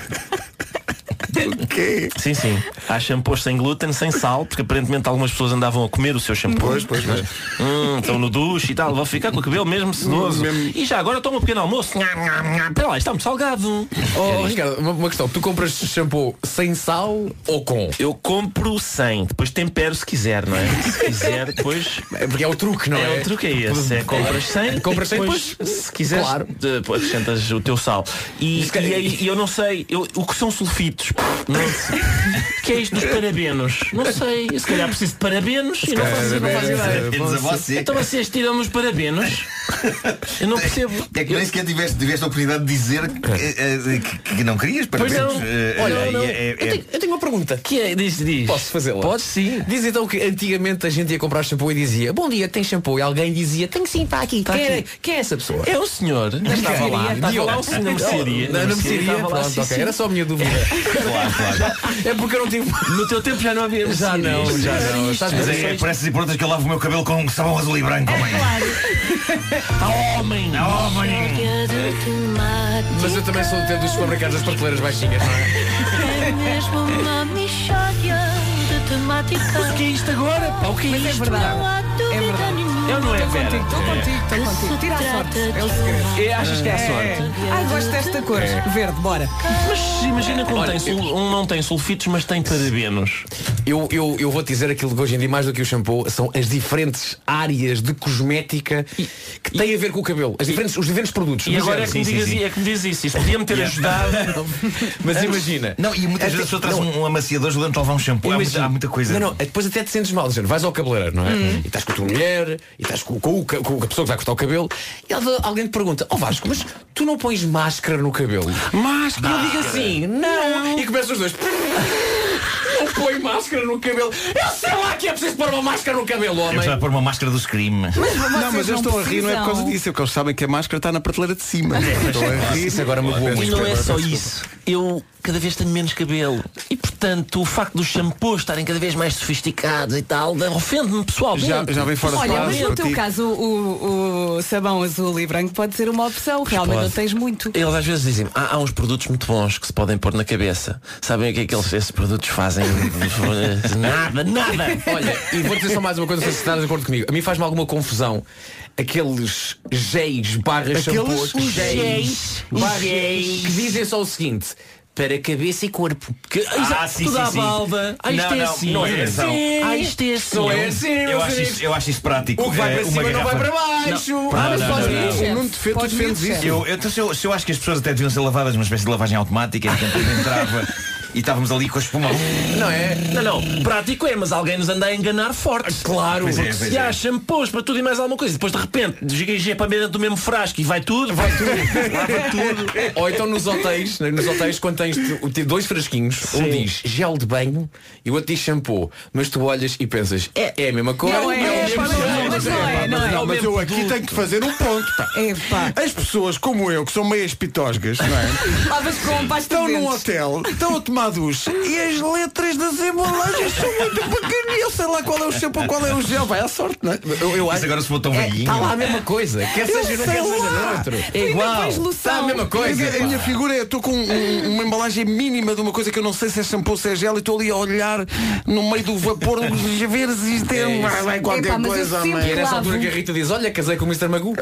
quê?
Sim, sim. Há shampoos sem glúten, sem sal, porque aparentemente algumas pessoas andavam a comer o seu shampoo. Pois, pois, pois. Hum, estão no duche e tal, vou ficar com o cabelo mesmo sedoso. E
Ah,
já agora toma um pequeno almoço. Nham, nham, nham. Espera lá, está muito salgado.
Oh, Ricardo, uma, uma questão. Tu compras shampoo sem sal ou com?
Eu compro sem, depois tempero se quiser, não é? Se quiser, depois.
É porque é o truque, não é?
É o truque é esse. É compras 100,
Compras 100,
depois,
depois,
se quiseres,
claro.
depois acrescentas o teu sal. E,
Isso que-
é-
e aí- e eu não sei, eu- o que são sulfitos? Não sei. O (laughs) que é isto dos parabenos? Não sei. Eu, Se calhar preciso de parabenos e não faço, não faço
Parabéns
ideia.
a Parabéns a você.
Então vocês tiram-me os parabenos? Eu não percebo.
É que nem sequer tiveste, tiveste a oportunidade de dizer que, eh, eh, que- que não querias,
Pois
parabéns.
não.
Eh,
Olha,
eh,
não.
é-
eu,
é-
tenho, eu tenho uma pergunta.
Que é? Diz, diz.
Posso fazê-la? Podes sim. Diz então que antigamente a gente ia comprar shampoo e dizia Bom dia, tem shampoo? E alguém dizia Tem sim, está aqui. quem, é- quem é essa pessoa?
É o senhor. Estava lá. Estava lá o senhor na mercearia.
Na mercearia,
estava lá,
pronto,
sim,
ok.
sim.
Era só a minha dúvida.
(laughs)
É porque eu não tive.
No teu tempo É. já não havia
Já não,
mercearias.
já não. Estás a
Mas
ver?
é, é por essas e por outras que eu lavo o meu cabelo com sabão azul e
É.
branco, homem.
Ah, homem!
Ah, homem.
Mas eu também sou do tempo dos supermercados das prateleiras baixinhas, não é?
É mesmo uma mixória de temáticas.
O que é isto agora? pá? O que é
Mas é
isto?
verdade.
Não há dúvida
É verdade.
nenhuma.
Eu não é, Vera.
Estou contigo, estou
que
contigo.
se
Tira a sorte.
trata
É o
de
segredo.
uma
É, achas que é a
É.
sorte? É.
Ai, gosto desta cor. Verde, bora.
Mas se imagina como
Olha,
tem sul- um não tem sulfitos, mas tem parabenos.
Eu, eu, eu vou dizer aquilo que hoje em dia, mais do que o shampoo, são as diferentes áreas de cosmética que têm a ver com o cabelo. As diferentes, os diferentes produtos.
E
do
agora é
género.
que, me digas, é que me diz isso. Isto podia-me ter ajudado.
Mas imagina.
Não, e muitas
Até-
vezes a pessoa traz
não,
um, um amaciador ajudando a levar um shampoo. Há muita,
Imagina.
há muita coisa.
Não, não, depois até te sentes mal, dizendo, vais ao cabeleireiro, não é? E estás com a tua mulher, e estás com, com o ca- com a pessoa que vai cortar o cabelo, e ela- alguém te pergunta, ó Vasco, mas tu não pões máscara no cabelo? Máscara? E eu digo assim, não. E começam os dois. Não põe máscara no cabelo. Eu sei lá que é preciso pôr uma máscara no cabelo,
Eu
homem.
precisava pôr uma máscara do Scream.
Não, mas eu
não
estou a rir, não é por causa
precisam.
disso, é porque eles sabem que a máscara está na prateleira de cima. Estou a rir.
Isso agora me voou
E
muito.
não é só isso. Eu cada vez tenho menos cabelo. E portanto, o facto dos shampoos estarem cada vez mais sofisticados e tal, ofende-me pessoalmente.
Já, já vem fora de
Olha, mas
prazo
no
para
teu
ti.
caso o, o- o sabão azul e branco pode ser uma opção. Realmente
Pode.
não tens muito.
Eles às vezes dizem há, há uns produtos muito bons que se podem pôr na cabeça. Sabem o que é que eles, esses produtos
(laughs)
fazem? nada, nada.
Olha, e vou dizer só mais uma coisa, não sei se estás de acordo comigo. A mim faz-me alguma confusão aqueles géis barras shampoos.
os
géis,
géis,
barras-
os géis.
que dizem só o seguinte. Para cabeça e corpo. Que,
Ah, sim,
tudo
sim,
à
sim.
balda. Ah, isto
Não,
é
não,
assim.
não é, não.
Ah, isto é assim.
Não é assim,
Eu
meus
acho,
amigos.
isso, eu acho isso prático.
O que vai
Eh,
para
uma
cima não vai
garrafa-
para baixo.
Ah, mas faz
não,
isso.
não.
O Nuno defende, tu
Pode
defendes
mesmo,
isso.
então, Eu, eu, então, se eu, se eu acho que as pessoas até deviam ser lavadas numa espécie de lavagem automática, e, portanto, tudo entrava e estávamos ali com a espuma.
Não é? Não, não. Prático é, mas alguém nos anda a enganar forte.
Ah,
Claro,
Pois é,
porque
pois
se
é.
há shampoos para tudo e mais alguma coisa. Depois de repente, desgajei para dentro do mesmo frasco e vai tudo. Vai tudo. Lava tudo.
Ou então nos hotéis, né, nos hotéis quando tens de- de dois frasquinhos, um diz gel de banho e o outro diz shampoo. Mas tu olhas e pensas, é, é a mesma coisa.
Não é,
o
pá,
mesmo
não é,
gel,
mas não
pá,
é, não é.
Não, mas eu aqui tenho que fazer um ponto. pá. As pessoas como eu, que são meias pitosgas, não é?
Lavas com um pasta de
Estão num
dentes.
hotel, estão a tomar ducha e as letras das embalagens são muito pequenas. Eu sei lá qual é o shampoo, qual é o gel. Vai à sorte, não é?
Eu, acho agora se for tão
tá
velhinho.
Está lá a mesma coisa.
Quer seja
um,
num, quer seja no outro.
É igual. Está a mesma coisa,
A
pá.
minha figura é, estou com um- uma embalagem mínima de uma coisa que eu não sei se é shampoo, se é gel, e estou ali a olhar no meio do vapor (laughs) dos veres e tem
É isso.
vai, vai qualquer coisa.
E era nessa altura que a Rita diz, olha, casei com o Mr. Magu.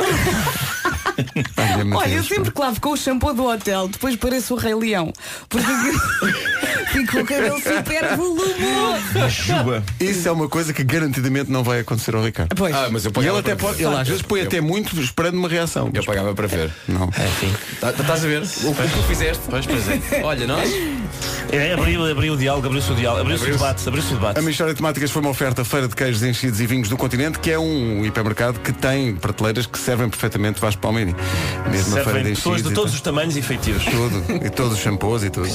é
Olha, eu sempre clavo com o shampoo do hotel, depois pareço o Rei Leão. Porque (laughs) fico com o cabelo super volumoso.
Isso é uma coisa que garantidamente não vai acontecer ao Ricardo.
Pois.
Ah, mas eu
e
pagava
ele até
para ver.
pode, ele às vezes põe até muito esperando uma reação.
Eu pagava para ver. É,
Não.
Enfim. Tá, Estás a ver? O o que tu fizeste? Pois,
pois é.
Olha, nós.
É, abriu, abriu o diálogo, abriu-se o diálogo, abriu-se o debate, abriu-se o debate.
A minha história de temáticas foi uma oferta feira de queijos enchidos e vinhos do continente, que é um hipermercado que tem prateleiras que servem perfeitamente Vasco Palmini. Mesmo a feira
Servem
de
pessoas
enchidos.
de
e
todos os tamanhos e feitios.
Tudo. E todos os shampoos e tudo.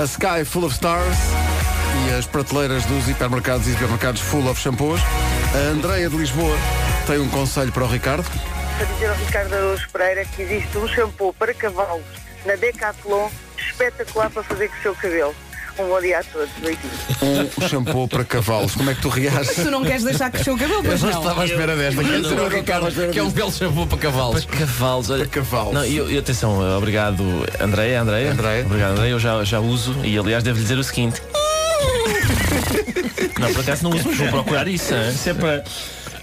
A Sky Full of Stars e as prateleiras dos hipermercados e supermercados Full of Shampoos. A Andreia de Lisboa tem um conselho para o Ricardo.
Para dizer ao Ricardo Araújo Pereira que existe um shampoo para cavalos na Decathlon espetacular para fazer com o seu cabelo. Um bom dia a todos, beijinhos.
Um shampoo para cavalos. Como é que tu reages?
Tu não queres deixar crescer o cabelo, pois
Eu
não.
estava à espera desta. que era o Ricardo, Que é um belo shampoo para cavalos.
Para cavalos, olha. Não, e eu, e atenção, eh, obrigado, Andréia, Andréia. Obrigado, Andréia. Eu já, já uso e, aliás, devo lhe dizer o seguinte. não, por acaso não uso, mas vou procurar isso. hein? Se é para.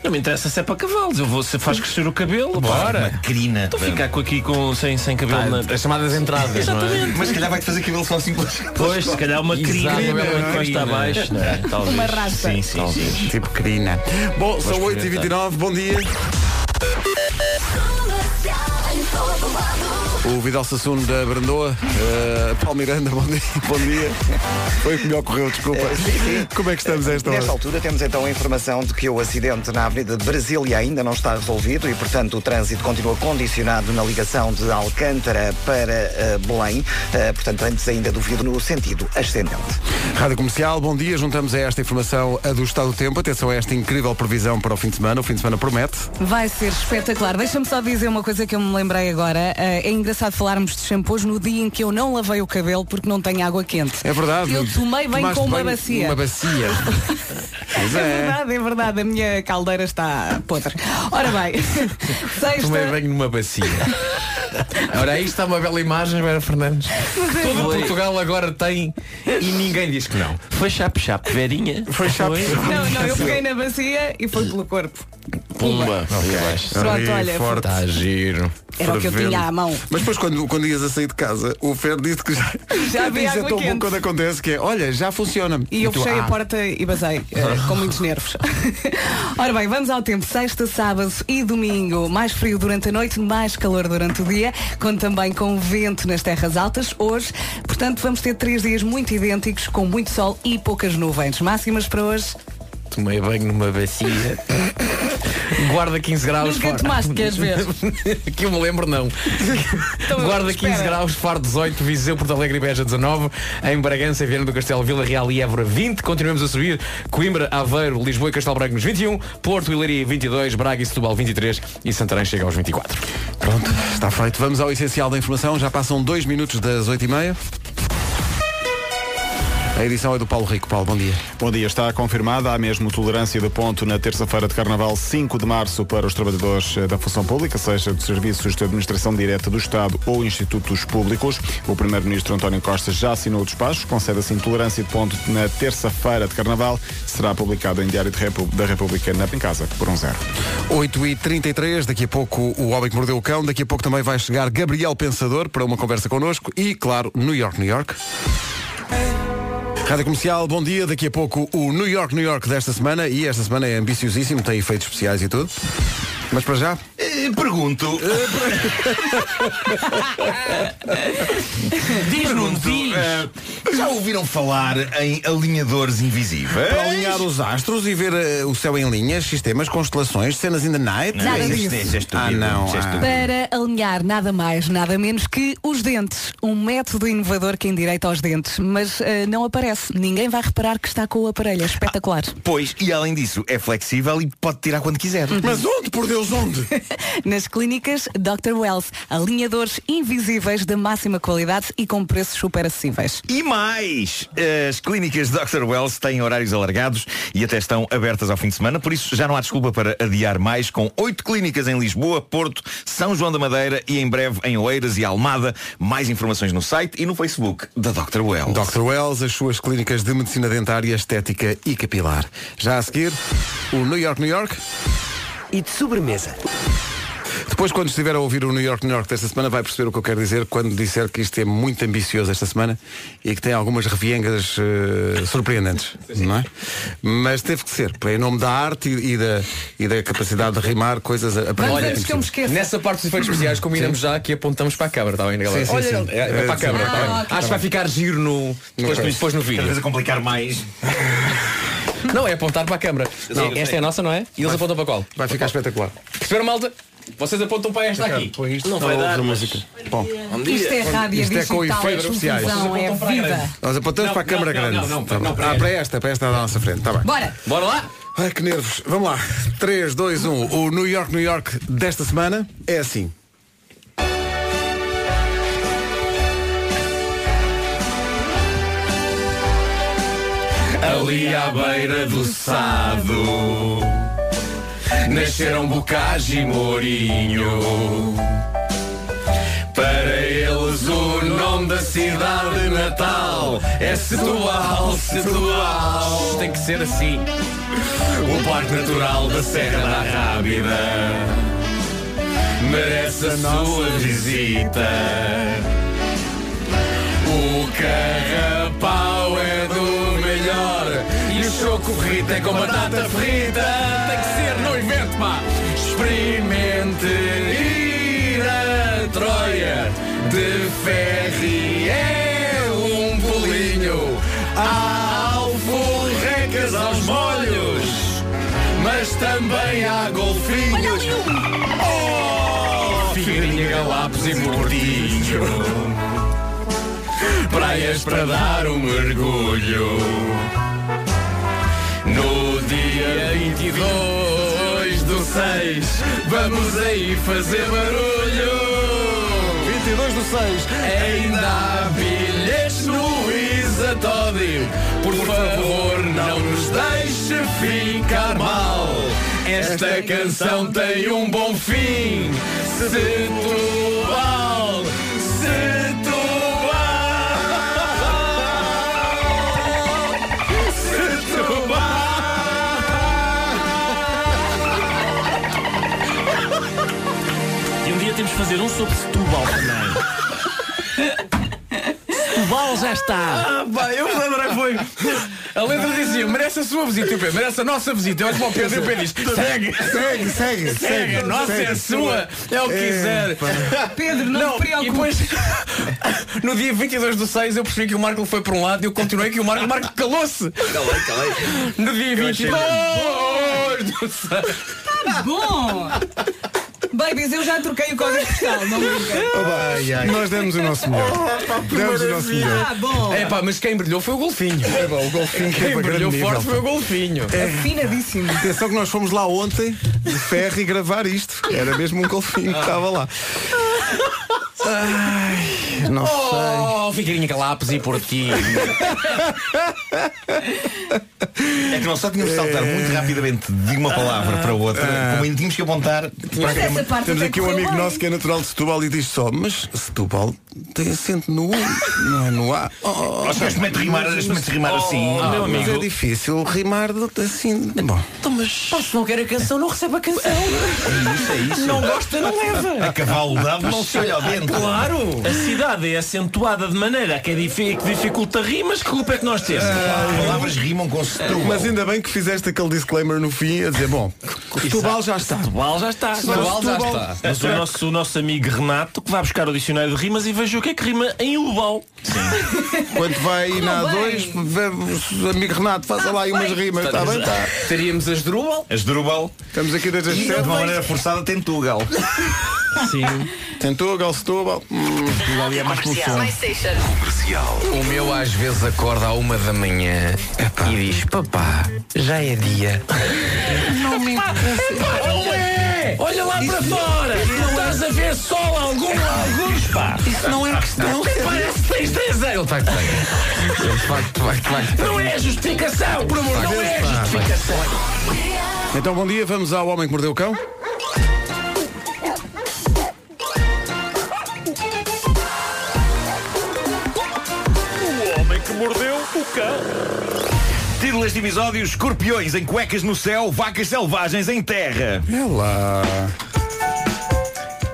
Não me interessa se é para cavalos. Eu vou, se faz crescer o cabelo, bora.
Uma crina.
Estou a ficar com aqui com, sem, sem cabelo
Tá,
na. As chamadas entradas. Exatamente.
Mas se calhar vai-te fazer cabelo só assim pelas-
Pois, se calhar uma
Exato,
crina,
uma
uma
crina.
costa abaixo, não é? Talvez.
Uma raspa.
Sim, sim, sim.
Tipo crina. Bom, são 8h29, bom dia. O Vidal Sassuno da Brandoa, uh, Paulo Miranda, bom dia. Bom dia. Foi o que me ocorreu, desculpa. (laughs) Como é que estamos a esta hora?
Nesta altura temos então a informação de que o acidente na Avenida de Brasília ainda não está resolvido e, portanto, o trânsito continua condicionado na ligação de Alcântara para eh, Belém, eh, portanto, antes ainda do vidro no sentido ascendente.
Rádio Comercial, bom dia. Juntamos a esta informação a do estado do tempo. Atenção a esta incrível previsão para o fim de semana. O fim de semana promete.
Vai ser espetacular. Deixa-me só dizer uma coisa que eu me lembrei agora. Eh, é engraçado falarmos de shampoos no dia em que eu não lavei o cabelo porque não tenho água quente.
É verdade.
Eu tomei bem
Tomaste
com uma
banho
bacia.
numa bacia.
(laughs)
Pois
É
é.
verdade, é verdade. A minha caldeira está podre. Ora (laughs) bem,
Tomei
sexta.
banho numa bacia. Ora, aí está uma bela imagem, Vera Fernandes.
Mas é
Todo
verdade.
Portugal agora tem e ninguém diz que não.
Foi chap-chap, Verinha.
Foi chap-chap.
Não, não, eu peguei na bacia e foi pelo corpo.
Pumba.
Pronto, olha,
forte.
Está giro.
Era o que eu
Fervendo.
tinha à mão.
Mas depois quando, quando ias a sair de casa, o Fer disse que já, (laughs)
(laughs) Já um havia
Isso é
água
tão
quente.
bom quando acontece que é, olha, já funciona.
E eu
tu,
fechei
"Ah, é,
a porta e basei, eh, com (laughs) muitos nervos. Ora bem, vamos ao tempo. Sexta, sábado e domingo. Mais frio durante a noite, mais calor durante o dia, conto também com vento nas terras altas hoje. Portanto, vamos ter três dias muito idênticos, com muito sol e poucas nuvens. Máximas para hoje.
Tomei banho
(laughs)
numa bacia. Guarda 15 graus.
Nunca tomaste,
(laughs)
queres ver? Então,
que eu me lembro, não. Guarda 15
espera.
graus, Faro 18, Viseu, Porto Alegre e Beja 19, em Bragança, Viana do Castelo, Vila Real e Évora 20. Continuamos a subir. Coimbra, Aveiro, Lisboa e Castelo Branco nos 21, Porto e Leiria 22, Braga e Setúbal 23 e Santarém chega aos 24.
Pronto, está feito. Vamos ao essencial da informação. Já passam dois minutos das oito e meia. A edição é do Paulo Rico. Paulo, bom dia.
Bom dia, está confirmada a mesmo tolerância de ponto na terça-feira de Carnaval, 5 de março, para os trabalhadores eh, da função pública, seja de serviços de administração direta do Estado ou institutos públicos. O Primeiro-Ministro António Costa já assinou o despacho, concede assim tolerância de ponto na terça-feira de Carnaval, será publicado em Diário de Repu- da República na em casa, por um zero.
8 e 33 daqui a pouco o Homem que Mordeu o Cão, daqui a pouco também vai chegar Gabriel Pensador para uma conversa connosco e, claro, New York, New York. Rádio Comercial, bom dia. Daqui a pouco o New York, New York desta semana. E esta semana é ambiciosíssimo, tem efeitos especiais e tudo. Mas para já?
Eh,
Eh,
Pergunto. (laughs) Diz-nos, Já ouviram falar em alinhadores invisíveis?
Para alinhar os astros e ver eh, o céu em linhas, sistemas, constelações, cenas in the night.
Nada
Isso,
disso.
isso é Ah, não.
isso é
ah.
Para alinhar nada mais, nada menos que os dentes. Um método inovador que endireita aos dentes, mas eh, não aparece. Ninguém vai reparar que está com o aparelho. É espetacular.
Pois, e além disso, é flexível e pode tirar quando quiser.
Mas onde, por Deus, onde?
(laughs) Nas clínicas Dr. Wells, alinhadores invisíveis da máxima qualidade e com preços super acessíveis.
E mais! eh, As clínicas Dr. Wells têm horários alargados e até estão abertas ao fim de semana, por isso já não há desculpa para adiar mais com oito clínicas em Lisboa, Porto, São João da Madeira e em breve em Oeiras e Almada. Mais informações no site e no Facebook da Dr. Wells.
Dr. Wells, as suas clínicas de medicina dentária, estética e capilar. Já a seguir, o New York, New York.
E de sobremesa.
Depois, quando estiver a ouvir o New York, New York desta semana, vai perceber o que eu quero dizer quando disser que isto é muito ambicioso esta semana e que tem algumas reviengas eh, surpreendentes, não é? Mas teve que ser, em nome da arte e, e da, e da capacidade de rimar coisas a, a
um.
Nessa parte dos efeitos especiais combinamos já que apontamos para a câmara, está bem, galera?
Sim, sim,
Olha,
sim.
É, é para a
Sim.
câmara.
Ah,
está bem.
ok.
Acho que vai ficar giro no. Depois,
Ok.
depois no vídeo.
Cada vez a complicar mais.
(laughs) Não, é apontar para a câmara.
Não,
Esta
sei.
é a nossa, não é? E eles apontam para qual?
Vai ficar espetacular.
Perceberam, malta? Vocês apontam para esta aqui.
Não vai dar, música. Bom.
(laughs) Isto é rádio
Isto é com
digital,
efeitos
é
especiais.
confusão, é vida.
Nós apontamos
Não,
para a câmara
não, não,
grande.
não,
Tá
não,
bem.
para
ah, para esta, para esta da nossa frente. Está bem.
Bora!
Bora lá!
Ai, que nervos. Vamos lá. 3, 2, 1. O New York, New York desta semana é assim.
Ali à beira do Sado Nasceram Bocage e Mourinho Para eles o nome da cidade natal É Setúbal, Setúbal Tem que ser assim O Parque Natural da Serra da Rábida Merece a sua visita o carrapau é do melhor E o choco rita é com batata frita Tem que ser, não invente pá Experimente ir a Troia De ferry é um bolinho Há alforrecas aos molhos Mas também há golfinhos Oh, figurinha, galapos e mordinho praias para dar um mergulho. No dia 22 do 6, vamos aí fazer barulho. 22 do 6, ainda há bilhetes no Isa Toddy. Por favor, não nos deixe ficar mal. Esta canção tem um bom fim. Setúbal, Setúbal, Setúbal.
E um dia temos de fazer um sobre Setúbal (laughs) também. Setúbal já está.
Ah, pá, eu me lembrei, foi. (laughs) A letra dizia, merece a sua visita, e o Pedro, merece a nossa visita. Eu olho para o Pedro e o Pedro diz, segue,
segue, segue,
segue, a nossa
segue,
é a sua, é o que
É,
quiser.
Pedro, não, te
E depois, (laughs) no dia 22 do 6, eu percebi que o Marco foi para um lado e eu continuei que o Marco, o Marco calou-se. Calei, calei. No dia 22 do 6.
Tá bom! Babies, eu já troquei o código postal, não brinca.
Nós demos o nosso melhor.
Oh,
demos o nosso melhor.
Ah, bom.
É pá, mas quem brilhou foi o golfinho.
É bom, o golfinho teve
Quem
a grande
brilhou
nível,
forte
pá.
foi o golfinho.
Afinadíssimo.
Atenção que nós fomos lá ontem de ferro e gravar isto. Era mesmo um golfinho que estava lá. Ai, não
Oh, figurinha Galapos e por ti.
É que não só tínhamos de saltar
É.
muito rapidamente de uma palavra para outra, como ainda tínhamos que apontar para a câmara.
Temos aqui um amigo nosso que é natural de Setúbal e diz só, mas Setúbal tem acento no U, não é no A. Oh,
Nós temos de meter rimar-
mas-
temos de rimar assim.
Ah,
Meu
mas
amigo.
é difícil rimar de- assim. Bom.
Então, mas... Pá, se não quer a canção, não recebe a
(laughs)
canção. É isso, é isso. Não gosta, não leva.
A cavalo dava, não se olha ao dente.
Claro. A cidade dificuldade é acentuada de maneira que, é difi- que dificulta rimas, que culpa é que nós temos?
Palavras rimam com Setúbal.
Mas ainda bem que fizeste aquele disclaimer no fim a dizer, bom, Setúbal já está.
Setúbal já está.
Setúbal já está.
é
Mas o nosso, o nosso amigo Renato que vai buscar o dicionário de rimas e veja o que é que rima em Ubal. (laughs)
Quando vai na A2, amigo
tá
Renato,
Ah,
faça lá aí umas rimas, está bem? Tá.
Teríamos as Drubal.
As Drubal.
Estamos aqui desde as
E de
sete.
uma maneira forçada Tentugal.
Sim.
Tentugal, Setúbal. Hum, Setúbal é mais com som.
O meu às vezes acorda à uma da manhã e diz, papá, já é dia.
Não me Não é! Olha lá para
é
fora! Tu estás a ver sol algum, alguns, pá! tá Isso não é questão.
um Parece que é tens 10 anos. Ele está que tem. Ele de facto, de facto, de facto, tem.
Não é justificação, por amor, não é justificação.
Então bom dia, vamos ao Homem que Mordeu o Cão.
O homem que mordeu o cão. Título deste episódio: Escorpiões em cuecas no céu, vacas selvagens em terra.
É lá.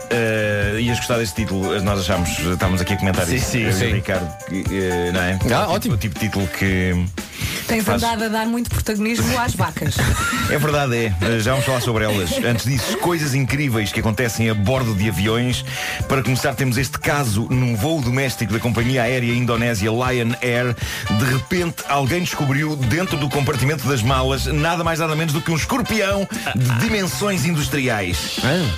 Eh, ias gostar deste título, nós achámos, estávamos aqui a comentar
Sim,
isso,
sim,
eu e o
sim.
Ricardo, que, eh, não é? Ah, ótimo. O tipo de título que.
Tens
Faz-
andado a dar muito protagonismo às vacas.
É verdade, é. Já vamos falar sobre elas. Antes disso, coisas incríveis que acontecem a bordo de aviões. Para começar, temos este caso num voo doméstico da companhia aérea indonésia Lion Air. De repente, alguém descobriu dentro do compartimento das malas nada mais nada menos do que um escorpião de dimensões industriais.
Ah.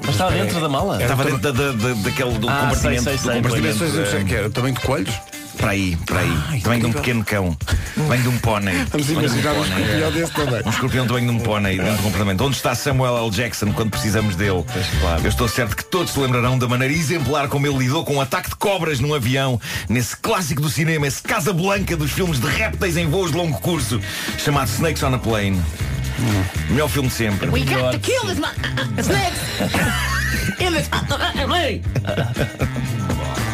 Mas estava dentro da mala?
Estava dentro da, da- da- daquele do
Ah,
compartimento.
sei, sei, sei,
do compartimento
pois. Dimensões
industriais, Também de coelhos?
Para aí, para aí. Também de um pequeno cão. Vem de um pônei.
Vamos
Vem de
imaginar um
pônei.
escorpião desse também.
Um escorpião também de um pônei, dentro do comportamento. Onde está Samuel L. Jackson quando precisamos dele? Eu estou certo que todos se lembrarão da maneira exemplar como ele lidou com um ataque de cobras num avião, nesse clássico do cinema, esse Casa Blanca dos filmes de répteis em voos de longo curso, chamado Snakes on a Plane. Melhor filme de sempre.
We got to kill
assim.
this man. (laughs) Snakes! In this.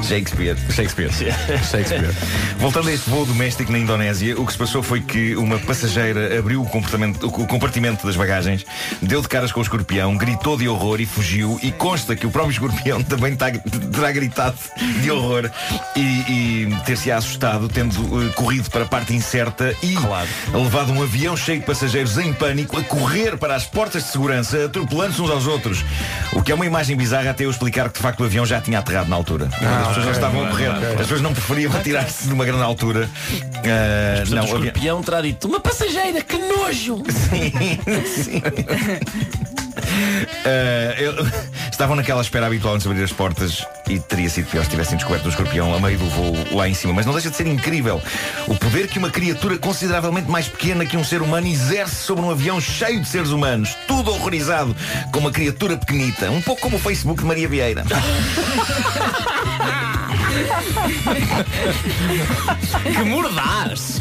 Shakespeare. Shakespeare. Shakespeare. (laughs) Voltando a este voo doméstico na Indonésia, o que se passou foi que uma passageira abriu o, comportamento- o compartimento das bagagens, deu de caras com o escorpião, gritou de horror e fugiu. E consta que o próprio escorpião (laughs) também tá- terá gritado de horror e, e ter-se assustado, tendo eh, corrido para a parte incerta e levado um avião cheio de passageiros em pânico a correr para as portas de segurança, atropelando-se uns aos outros. O que é uma imagem bizarra até eu explicar que de facto o avião já tinha aterrado na altura.
Ah,
as pessoas
ok,
não estavam a
ok,
correr,
ok.
as pessoas não preferiam atirar-se numa grande altura. Ah,
Não, o
o avião-
escorpião terá dito, uma passageira, que nojo!
(laughs) Sim, sim. Ah, eu- (laughs) Estavam naquela espera habitual antes de abrir as portas e teria sido pior se tivessem descoberto o escorpião a meio do voo lá em cima. Mas não deixa de ser incrível o poder que uma criatura consideravelmente mais pequena que um ser humano exerce sobre um avião cheio de seres humanos, tudo horrorizado com uma criatura pequenita, um pouco como o Facebook de Maria
(laughs)
Vieira.
que mordaz!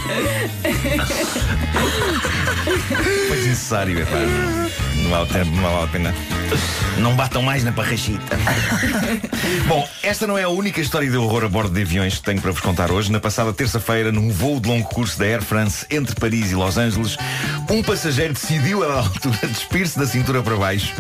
Foi necessário, é pá. Não vale, a pena- não vale a pena. Não batam mais na
(laughs)
parrachita. Bom, esta não é a única história de horror a bordo de aviões que tenho para vos contar hoje. Na passada terça-feira, num voo de longo curso da Air France entre Paris e Los Angeles, um passageiro decidiu, a dada altura, (laughs) despir-se da cintura para baixo.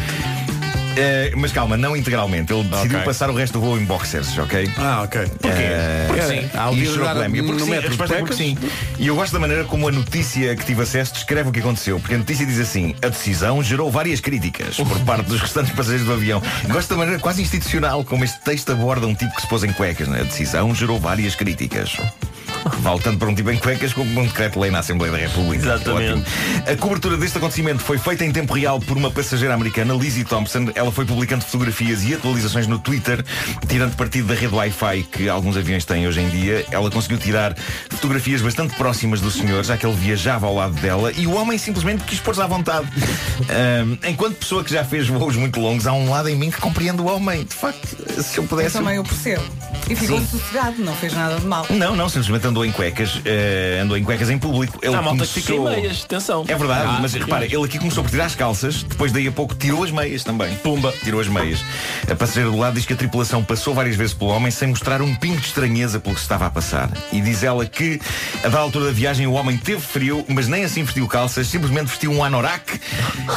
Eh, mas calma, não integralmente. Ele decidiu
Ok.
passar o resto do voo em boxers, ok?
Ah, ok.
Porquê? porque
Era,
sim.
há o
E
dia
isso
de
gerou
dar
polémica.
no
Porque sim, a
metro
resposta é porque sim.
pecas.
E eu gosto da maneira como a notícia que tive acesso descreve o que aconteceu. Porque a notícia diz assim, a decisão gerou várias (laughs) críticas por parte dos restantes passageiros do avião. Gosto da maneira quase institucional como este texto aborda um tipo que se pôs em cuecas. né? A decisão gerou várias críticas. Vale tanto para um tipo em cuecas como um decreto-lei na Assembleia da República.
Exatamente.
Ótimo. A cobertura deste acontecimento foi feita em tempo real por uma passageira americana, Lizzie Thompson. Ela foi publicando fotografias e atualizações no Twitter, tirando partido da rede Wi-Fi que alguns aviões têm hoje em dia. Ela conseguiu tirar fotografias bastante próximas do senhor, já que ele viajava ao lado dela, e o homem simplesmente quis pôr-se à vontade. Ahm, enquanto pessoa que já fez voos muito longos, há um lado em mim que compreende o homem. De facto, se eu
Eu
pudesse. eu
também o percebo. E ficou
Sim.
sossegado, não fez nada de mal.
não, não, simplesmente andou em cuecas, eh, andou em cuecas em público. Ele
Há Ah, malta que
começou...
fica em meias, atenção.
É verdade,
Ah,
mas
sim.
repara, ele aqui começou por tirar as calças, depois daí a pouco tirou as meias também. Pumba! Tirou as meias. A passageira do lado diz que a tripulação passou várias vezes pelo homem sem mostrar um pingo de estranheza pelo que se estava a passar. E diz ela que, a da altura da viagem, o homem teve frio, mas nem assim vestiu calças, simplesmente vestiu um anorak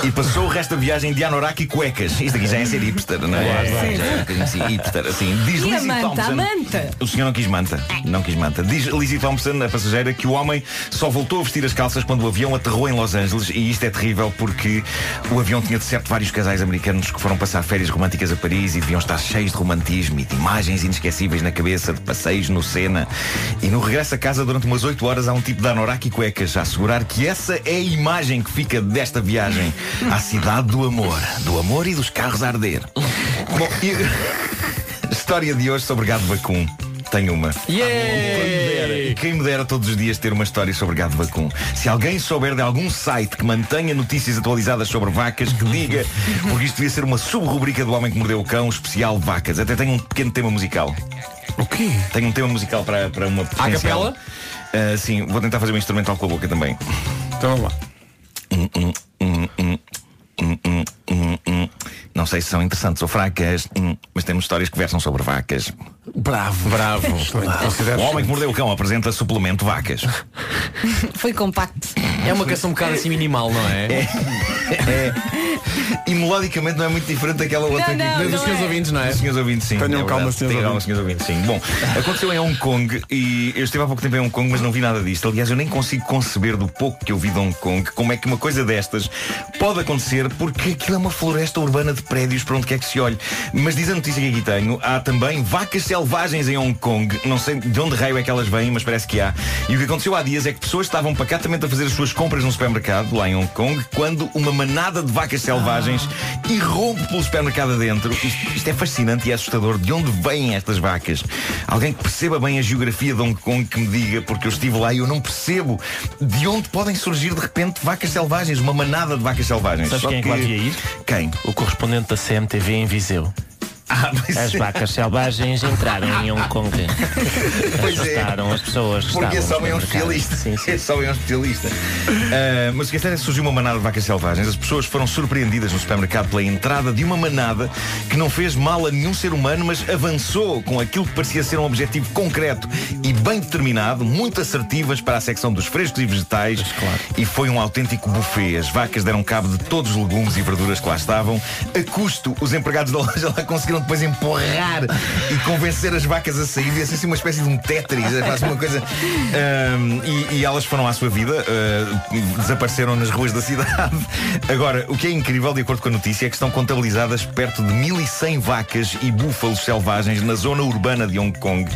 e passou o resto da viagem de anorak e cuecas. Isto aqui já é ser hipster, não é?
Claro, claro.
Já é um bocadinho assim, hipster, assim. Diz
E a
Lizzie
manta, a
Thompson.
Manta!
O senhor não quis manta. Não quis manta. Diz Lizzie Thompson, a passageira, que o homem só voltou a vestir as calças quando o avião aterrou em Los Angeles. E isto é terrível porque o avião tinha de certo vários casais americanos que foram passar férias românticas a Paris e deviam estar cheios de romantismo e de imagens inesquecíveis na cabeça, de passeios no Sena. E no regresso a casa, durante umas 8 horas, há um tipo de anorak e cuecas a assegurar que essa é a imagem que fica desta viagem à cidade do amor. Do amor e dos carros a arder. Bom, e... História de hoje sobre gado vacum. Tenho uma. E Quem me dera todos os dias ter uma história sobre gado vacum. Se alguém souber de algum site que mantenha notícias atualizadas sobre vacas, que diga, porque isto devia ser uma subrubrica do Homem que Mordeu o Cão, especial vacas. Até tenho um pequeno tema musical. O quê? Tenho um tema musical para, para uma potencial.
capela?
Ah, sim, vou tentar fazer um instrumental com a boca também. Então vamos lá. Hum, Não sei se são interessantes ou fracas, hum, mas temos histórias que versam sobre vacas.
Bravo.
Bravo.
Considero
O Homem que Mordeu o Cão apresenta suplemento vacas.
Foi compacto.
É uma canção um bocado assim minimal, não é? E melodicamente não é muito diferente daquela outra
Não, não,
que...
Dos não senhores é. ouvintes, não é?
Dos senhores ouvintes, sim.
Tenham
é
calma,
verdade.
senhores
Tenham calma,
ouvintes.
senhores ouvintes, sim. Bom, aconteceu em Hong Kong e eu estive há pouco tempo em Hong Kong, mas não vi nada disto. Aliás, eu nem consigo conceber do pouco que eu vi de Hong Kong como é que uma coisa destas pode acontecer porque aquilo é uma floresta urbana de prédios para onde quer que se olhe. Mas diz a notícia que aqui tenho, há também vacas selvagens em Hong Kong. Não sei de onde raio é que elas vêm, mas parece que há. E o que aconteceu há dias é que pessoas estavam pacatamente a fazer as suas compras num supermercado lá em Hong Kong quando uma manada de vacas selvagens
Ah.
irrompe pelo supermercado adentro. Isto, isto é fascinante e é assustador. De onde vêm estas vacas? Alguém que perceba bem a geografia de Hong Kong que me diga, porque eu estive lá e eu não percebo de onde podem surgir de repente vacas selvagens, uma manada de vacas selvagens.
Sabes
Só
quem é que lá devia ir?
Quem?
O correspondente da CMTV em Viseu.
Ah, é.
As vacas selvagens entraram em Hong
(laughs)
Kong.
é.
Assustaram as pessoas. que
Porque esse
estavam
homem é um
no mercado.
especialista. Esse homem é um especialista. (laughs) Ah, mas o que é certo é que surgiu uma manada de vacas selvagens. As pessoas foram surpreendidas no supermercado pela entrada de uma manada que não fez mal a nenhum ser humano, mas avançou com aquilo que parecia ser um objetivo concreto e bem determinado, muito assertivas para a secção dos frescos e vegetais. E foi um autêntico buffet. As vacas deram cabo de todos os legumes e verduras que lá estavam. A custo, os empregados da loja lá conseguiram depois empurrar e convencer as vacas a sair. E assim assim, uma espécie de um Tetris. É quase uma coisa Ahm, e, e elas foram à sua vida, ah, desapareceram nas ruas da cidade. Agora, o que é incrível, de acordo com a notícia, é que estão contabilizadas perto de 1100 vacas e búfalos selvagens na zona urbana de Hong Kong.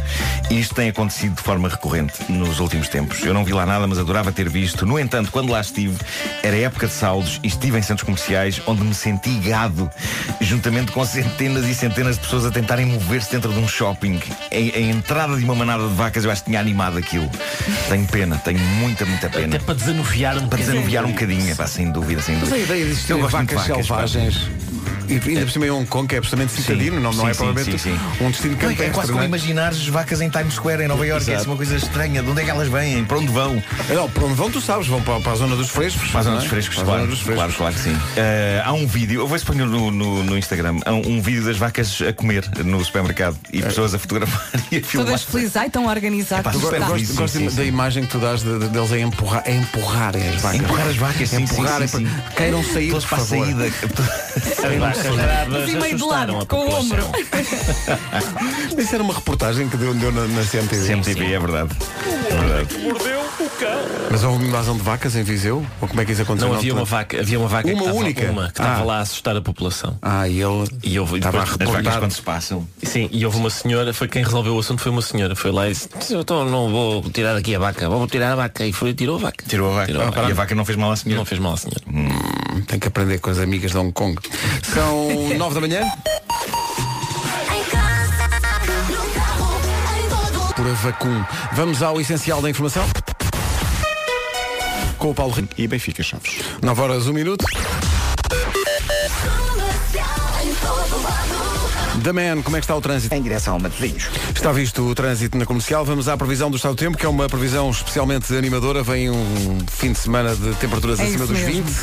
E isto tem acontecido de forma recorrente nos últimos tempos. Eu não vi lá nada, mas adorava ter visto. No entanto, quando lá estive, era época de saldos e estive em centros comerciais onde me senti gado, juntamente com centenas e centenas de pessoas a tentarem mover-se dentro de um shopping. A, a entrada de uma manada de vacas eu acho que tinha animado aquilo. Tenho pena, tenho muita, muita pena.
Para desanuviar um
Para
bocadinho.
desanuviar um bocadinho, pá, sem dúvida, sem
Mas
dúvida.
a ideia de existir
Eu gosto muito de
vacas
pá.
selvagens. E ainda por cima em Hong Kong, que é absolutamente citadino, não, não
sim,
é
sim,
provavelmente
sim,
um destino
Não,
campestre.
é quase como
não é?
imaginar as vacas em Times Square, em Nova York. É
Exato.
assim uma coisa estranha. De onde é que elas vêm? Para onde vão?
Não, para onde vão tu sabes, vão para, para a zona dos frescos.
Para a zona
não é?
dos frescos,
Para a
claro.
zona dos frescos.
Claro, claro que sim. Eh, há um vídeo, eu vou se ponho no, no, no Instagram, há um, um vídeo das vacas a comer no supermercado e pessoas a fotografar e a filmar.
Todas felizes, ai, tão organizados.
Eu gosto,
Tá.
gosto- gosto da imagem que tu dás de- de- deles a empurrar, a empurrarem as vacas.
Empurrar as vacas, sim,
empurrarem
sim, sim,
para-
sim.
Queiram sair
Todos
por
para a
favor.
saída. (laughs)
As vacas bravas
Assim, meio de
assustaram a
lado, com o
população.
ombro.
(laughs) Isso era uma reportagem que deu, deu na, na CMTV.
CMTV, é verdade. É verdade.
Mordeu o cão.
Mas houve uma invasão de vacas em Viseu? Ou como é que isso aconteceu?
Não havia uma vaca, havia uma vaca que
Uma
estava-
única?
uma que estava
Ah.
lá a assustar a população.
Ah, e ele
e houve,
estava
depois-
a reportar.
as vacas
Quando se passam.
Sim, e houve uma senhora, foi quem resolveu o assunto, foi uma senhora, foi lá e disse, então não vou tirar aqui a vaca, vou tirar a vaca. E foi e tirou a vaca.
Tirou a vaca.
Tirou a
Ah,
vaca.
E a vaca não fez mal à senhora.
Não fez mal à senhora.
Hum, Tem que aprender com as amigas de Hong Kong.
(laughs)
São 9 da manhã. Por Avacum. Vamos ao essencial da informação. Com o Paulo Rico.
E Benfica Chaves.
9 horas, 1 minuto. Da Man, como é que está o trânsito?
Em direção ao Matosinhos.
Está visto o trânsito na comercial. Vamos à previsão do estado do tempo, que é uma previsão especialmente animadora. Vem um fim de semana de temperaturas
É
acima
isso
dos
mesmo.
20.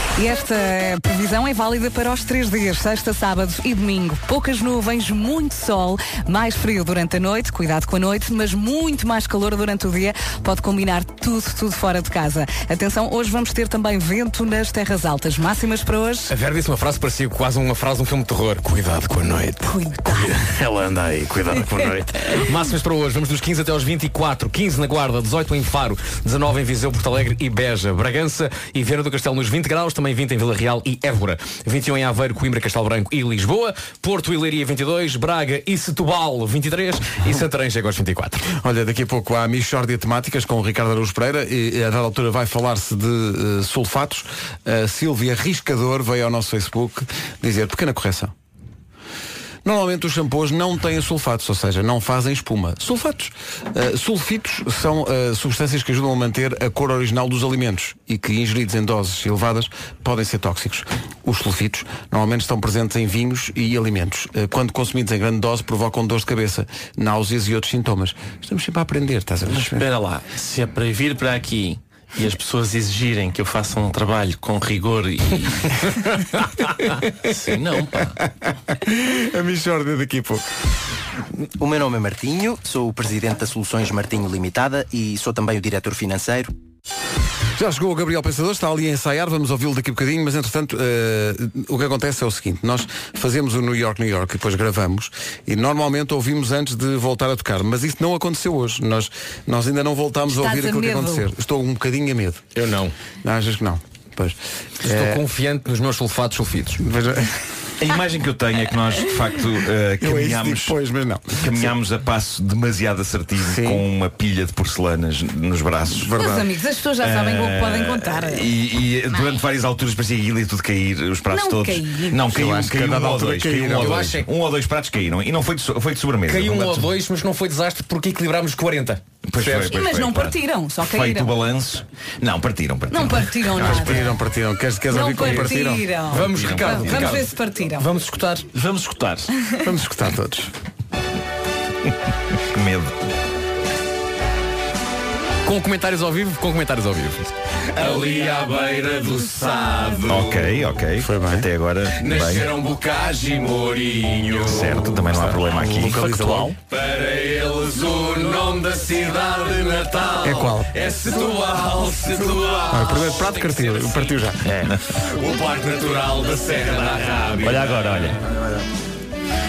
(laughs) E esta previsão é válida para os três dias, sexta, sábado e domingo. Poucas nuvens, muito sol, mais frio durante a noite, cuidado com a noite, mas muito mais calor durante o dia. Pode combinar tudo, tudo fora de casa. Atenção, hoje vamos ter também vento nas terras altas. Máximas para hoje.
A Vera disse uma frase que parecia quase uma frase de um filme de terror. Cuidado com a noite.
noite. Ela anda aí, cuidado com a noite.
Máximas para hoje, vamos dos 15 até aos 24. 15 na Guarda, 18 em Faro, 19 em Viseu, Porto Alegre e Beja. Bragança e Viana do Castelo nos 20 graus, também 20 em Vila Real e Évora. 21 em Aveiro, Coimbra, Castelo Branco e Lisboa. Porto e Leiria 22, Braga e Setúbal 23 e Santarém chega aos 24.
Olha, daqui a pouco há a Michórdia de Temáticas com o Ricardo Araújo Pereira e a dada altura vai falar-se de eh, sulfatos. A Silvia Riscador veio ao nosso Facebook dizer, pequena correção. Normalmente os shampoos não têm sulfatos, ou seja, não fazem espuma. Sulfatos. Eh, sulfitos são eh, substâncias que ajudam a manter a cor original dos alimentos e que, ingeridos em doses elevadas, podem ser tóxicos. Os sulfitos normalmente estão presentes em vinhos e alimentos. Eh, quando consumidos em grande dose, provocam dor de cabeça, náuseas e outros sintomas. Estamos sempre a aprender, estás a ver?
Mas espera lá, se é para vir para aqui e as pessoas exigirem que eu faça um trabalho com rigor e. Sim, não, pá.
A
é
Michorda daqui a pouco.
O meu nome é Martinho, sou o presidente da Soluções Martinho Limitada e sou também o diretor financeiro.
Já chegou o Gabriel Pensador, está ali a ensaiar, vamos ouvi-lo daqui a bocadinho, mas entretanto eh, o que acontece é o seguinte, nós fazemos o New York, New York e depois gravamos e normalmente ouvimos antes de voltar a tocar, mas isso não aconteceu hoje, nós, nós ainda não voltámos
Estás
a ouvir
a
aquilo que
medo.
acontecer. Estou um bocadinho a medo.
Eu não.
Não, achas que não? Pois. Eh,
Estou
É.
confiante nos meus sulfatos sulfitos.
A imagem que eu tenho é que nós, de facto, eh,
Eu é isso
caminhámos,
digo, pois, mas não.
caminhámos a passo demasiado assertivo com uma pilha de porcelanas nos braços.
Meus amigos, as pessoas já sabem com o que
Eh,
podem contar. é?
E, e durante várias alturas parecia que aquilo ia tudo cair, os pratos
Não
todos.
caiu.
Não, caiu,
Eu acho que
caiu
a dada
um ou
altura
dois.
caiu,
Caiu um
não.
ou
Eu
dois.
acho que-
Um ou dois pratos caíram. E não foi de, so- foi de sobremesa.
Caiu um
Não
ou dois, mas não foi desastre porque equilibramos 40.
Pois foi,
Percebes?
pois
Mas
foi,
não
claro.
partiram, só
Feito o
caíram.
balanço. Não, partiram, partiram.
Não partiram
Não,
nada.
Partiram, partiram. Queres, queres
Não
ouvir como partiram?
partiram.
Vamos,
Ricardo, Vamos ver se partiram.
Vamos escutar.
Vamos escutar. Vamos escutar
(laughs)
todos.
Que medo.
Com comentários ao vivo, com comentários ao vivo.
Ali à beira do Sado.
Ok, ok. Foi bem. Até agora, bem.
Nasceram Bocage e Mourinho.
Certo, também não há problema aqui.
Factual. Para eles o nome da cidade natal
É qual?
É Setúbal, Setúbal
Olha, primeiro prato partiu, partiu já.
É.
O parque natural da Serra da Rábida
Olha agora, olha.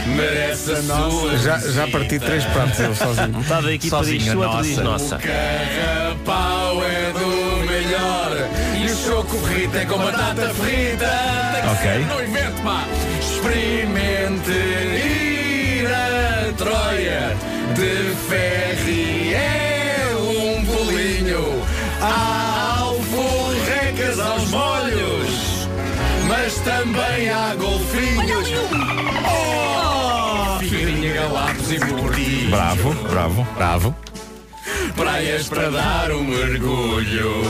Merece a sua
Já, já parti três pratos eu sozinho.
Metade da equipa diz sua, outra diz nossa.
Carrapau é do melhor E o choco frito é com batata frita Tem que
Ok.
ser, não invente, pá Experimente ir a Troia De ferro e é um bolinho Há alforrecas aos molhos Mas também há golfinhos Oh, figurinha, galapos e mordi
Bravo, bravo, bravo.
Praias para dar um mergulho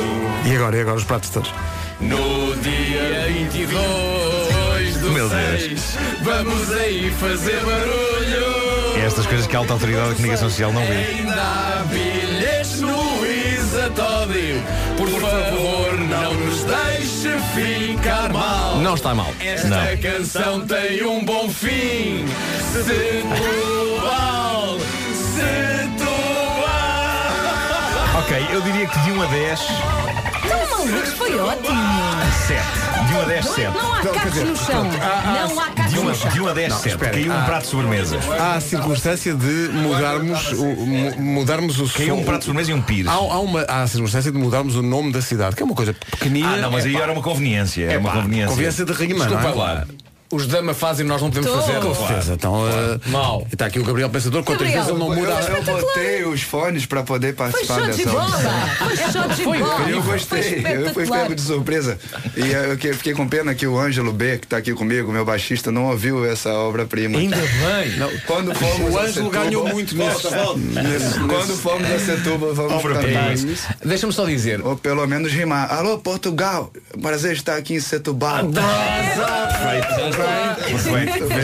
E agora, e agora os pratos todos.
No dia 22 do
Meu Deus.
6 Vamos aí fazer barulho
É estas coisas que a alta autoridade da comunicação social não vê.
Ainda há bilhetes no Isatodi Por favor não nos deixe ficar mal
Não está mal.
Esta é
Não.
canção tem um bom fim Setúbal Setúbal
Ok, eu diria que de 1 a 10,
Estão malucos, Então, foi ótimo.
7. De 1 a 10, 7.
Não há cacos no chão. Não há cacos
De 1
no
a, de
chão.
um a 10,
Não,
7.
espera.
Caiu um
Ah.
prato de sobremesa.
Há a circunstância de mudarmos o, mu- mudarmos o
Caiu
som-
um prato de sobremesa e um pires.
Há, há uma, há a circunstância de mudarmos o nome da cidade, que é uma coisa pequenina.
Ah, não, mas aí
Epá.
era uma conveniência. Era
É
uma
pá,
conveniência.
conveniência de rima,
Desculpa
não é?
lá. Os dama fazem, nós não podemos
Com
fazer.
certeza. Então, eh, Está aqui o Gabriel Pensador, quantas vezes ele não muda.
Eu, eu botei os fones para poder participar
show de
dessa
bola!
audição.
Foi show É de (laughs) Foi bola! incrível.
Eu
Foi
gostei, eu fui
espetacular.
pego de surpresa. E eh, eu que- fiquei com pena que o Ângelo B, que está aqui comigo, meu baixista, não ouviu essa obra-prima.
Ainda
bem! Quando fomos
O
a
Ângelo
Setúbal-
ganhou muito
Volta,
nisso. Tá,
volta.
Nesse-
Quando
nesse-
fomos a Setúbal, vamos
Obra
cantar
prima.
isso.
Deixa-me só dizer.
Ou pelo menos rimar. Alô, Portugal! Prazer estar aqui em Setúbal.
Muito bem.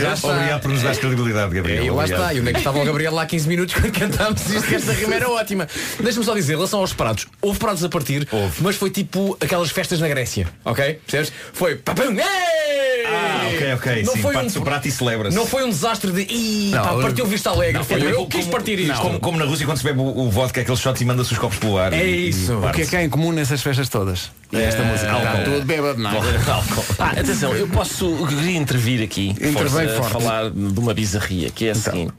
Já está.
Obrigado por nos dar credibilidade, Gabriel.
E lá
Obrigado.
está, e onde é que estava o Gabriel lá há 15 minutos quando cantámos isto, que esta rima era ótima. Deixa-me só dizer, em relação aos pratos, houve pratos a partir, mas foi tipo aquelas festas na Grécia, ok? Percebes? Foi papum, ei!
Ah, ok, ok.
Não
sim,
foi um-
parte-se o prato e celebra-se.
Não foi um desastre de. Ih,
Não,
pá,
eu-
partiu Vista Alegre.
Não,
foi,
foi
eu
como-
quis partir
não,
isto.
Como, como na Rússia, quando se bebe o, o vodka, aqueles shots e manda-se os copos pelo ar.
É
e- e
isso. O que é
parte-se.
que há em comum nessas festas todas? E esta
É,
música.
álcool.
Está tudo bêbado, não.
Álcool.
Ah, atenção, eu posso eu queria intervir aqui
Intervém
Força.
forte.
falar de uma bizarria que é a
Então.
seguinte.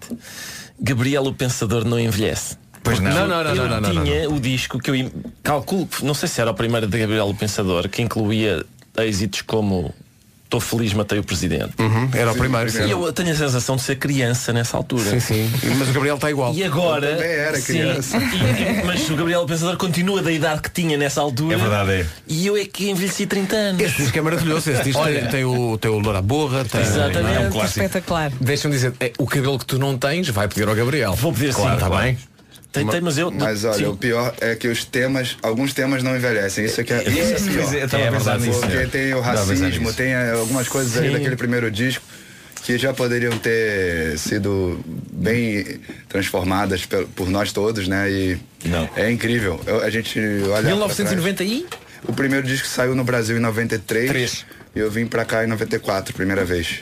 Gabriel o Pensador não envelhece.
Pois não.
Porque
Não, não, não,
eu
não, não, não,
tinha o disco que eu im- calculo, que não sei se era o primeiro de Gabriel o Pensador, que incluía êxitos como Estou feliz, matei o presidente.
Uhum, era o Sim, primeiro, sim.
E eu tenho a sensação de ser criança nessa altura.
Sim, sim. Mas o Gabriel está igual.
E agora.
Eu também era
sim,
criança.
e- e- mas o Gabriel Pensador continua da idade que tinha nessa altura.
É verdade, é.
E eu é que envelheci 30 anos.
Este disco é maravilhoso. Este disco
Olha.
tem, tem o, tem o Loura Borra, tem
Exatamente.
É um
Está
clássico.
espetacular.
Deixa-me dizer, é, o cabelo que tu não tens vai pedir ao Gabriel.
Vou pedir
claro, tá bem?
Tentei, mas eu.
Mas olha, o pior é que os temas, alguns temas não envelhecem. Isso é que é. Isso é
Pois
pior.
é, eu tava a pensar nisso,
Porque
senhor.
tem o
Tava a pensar
racismo,
nisso.
tem eh, algumas coisas aí
Sim.
daquele primeiro disco que já poderiam ter sido bem transformadas pe- por nós todos, né? E é incrível. Eu- a gente olha.
1990 e?
O primeiro disco saiu no Brasil em 93 e eu vim pra cá em 94, primeira vez.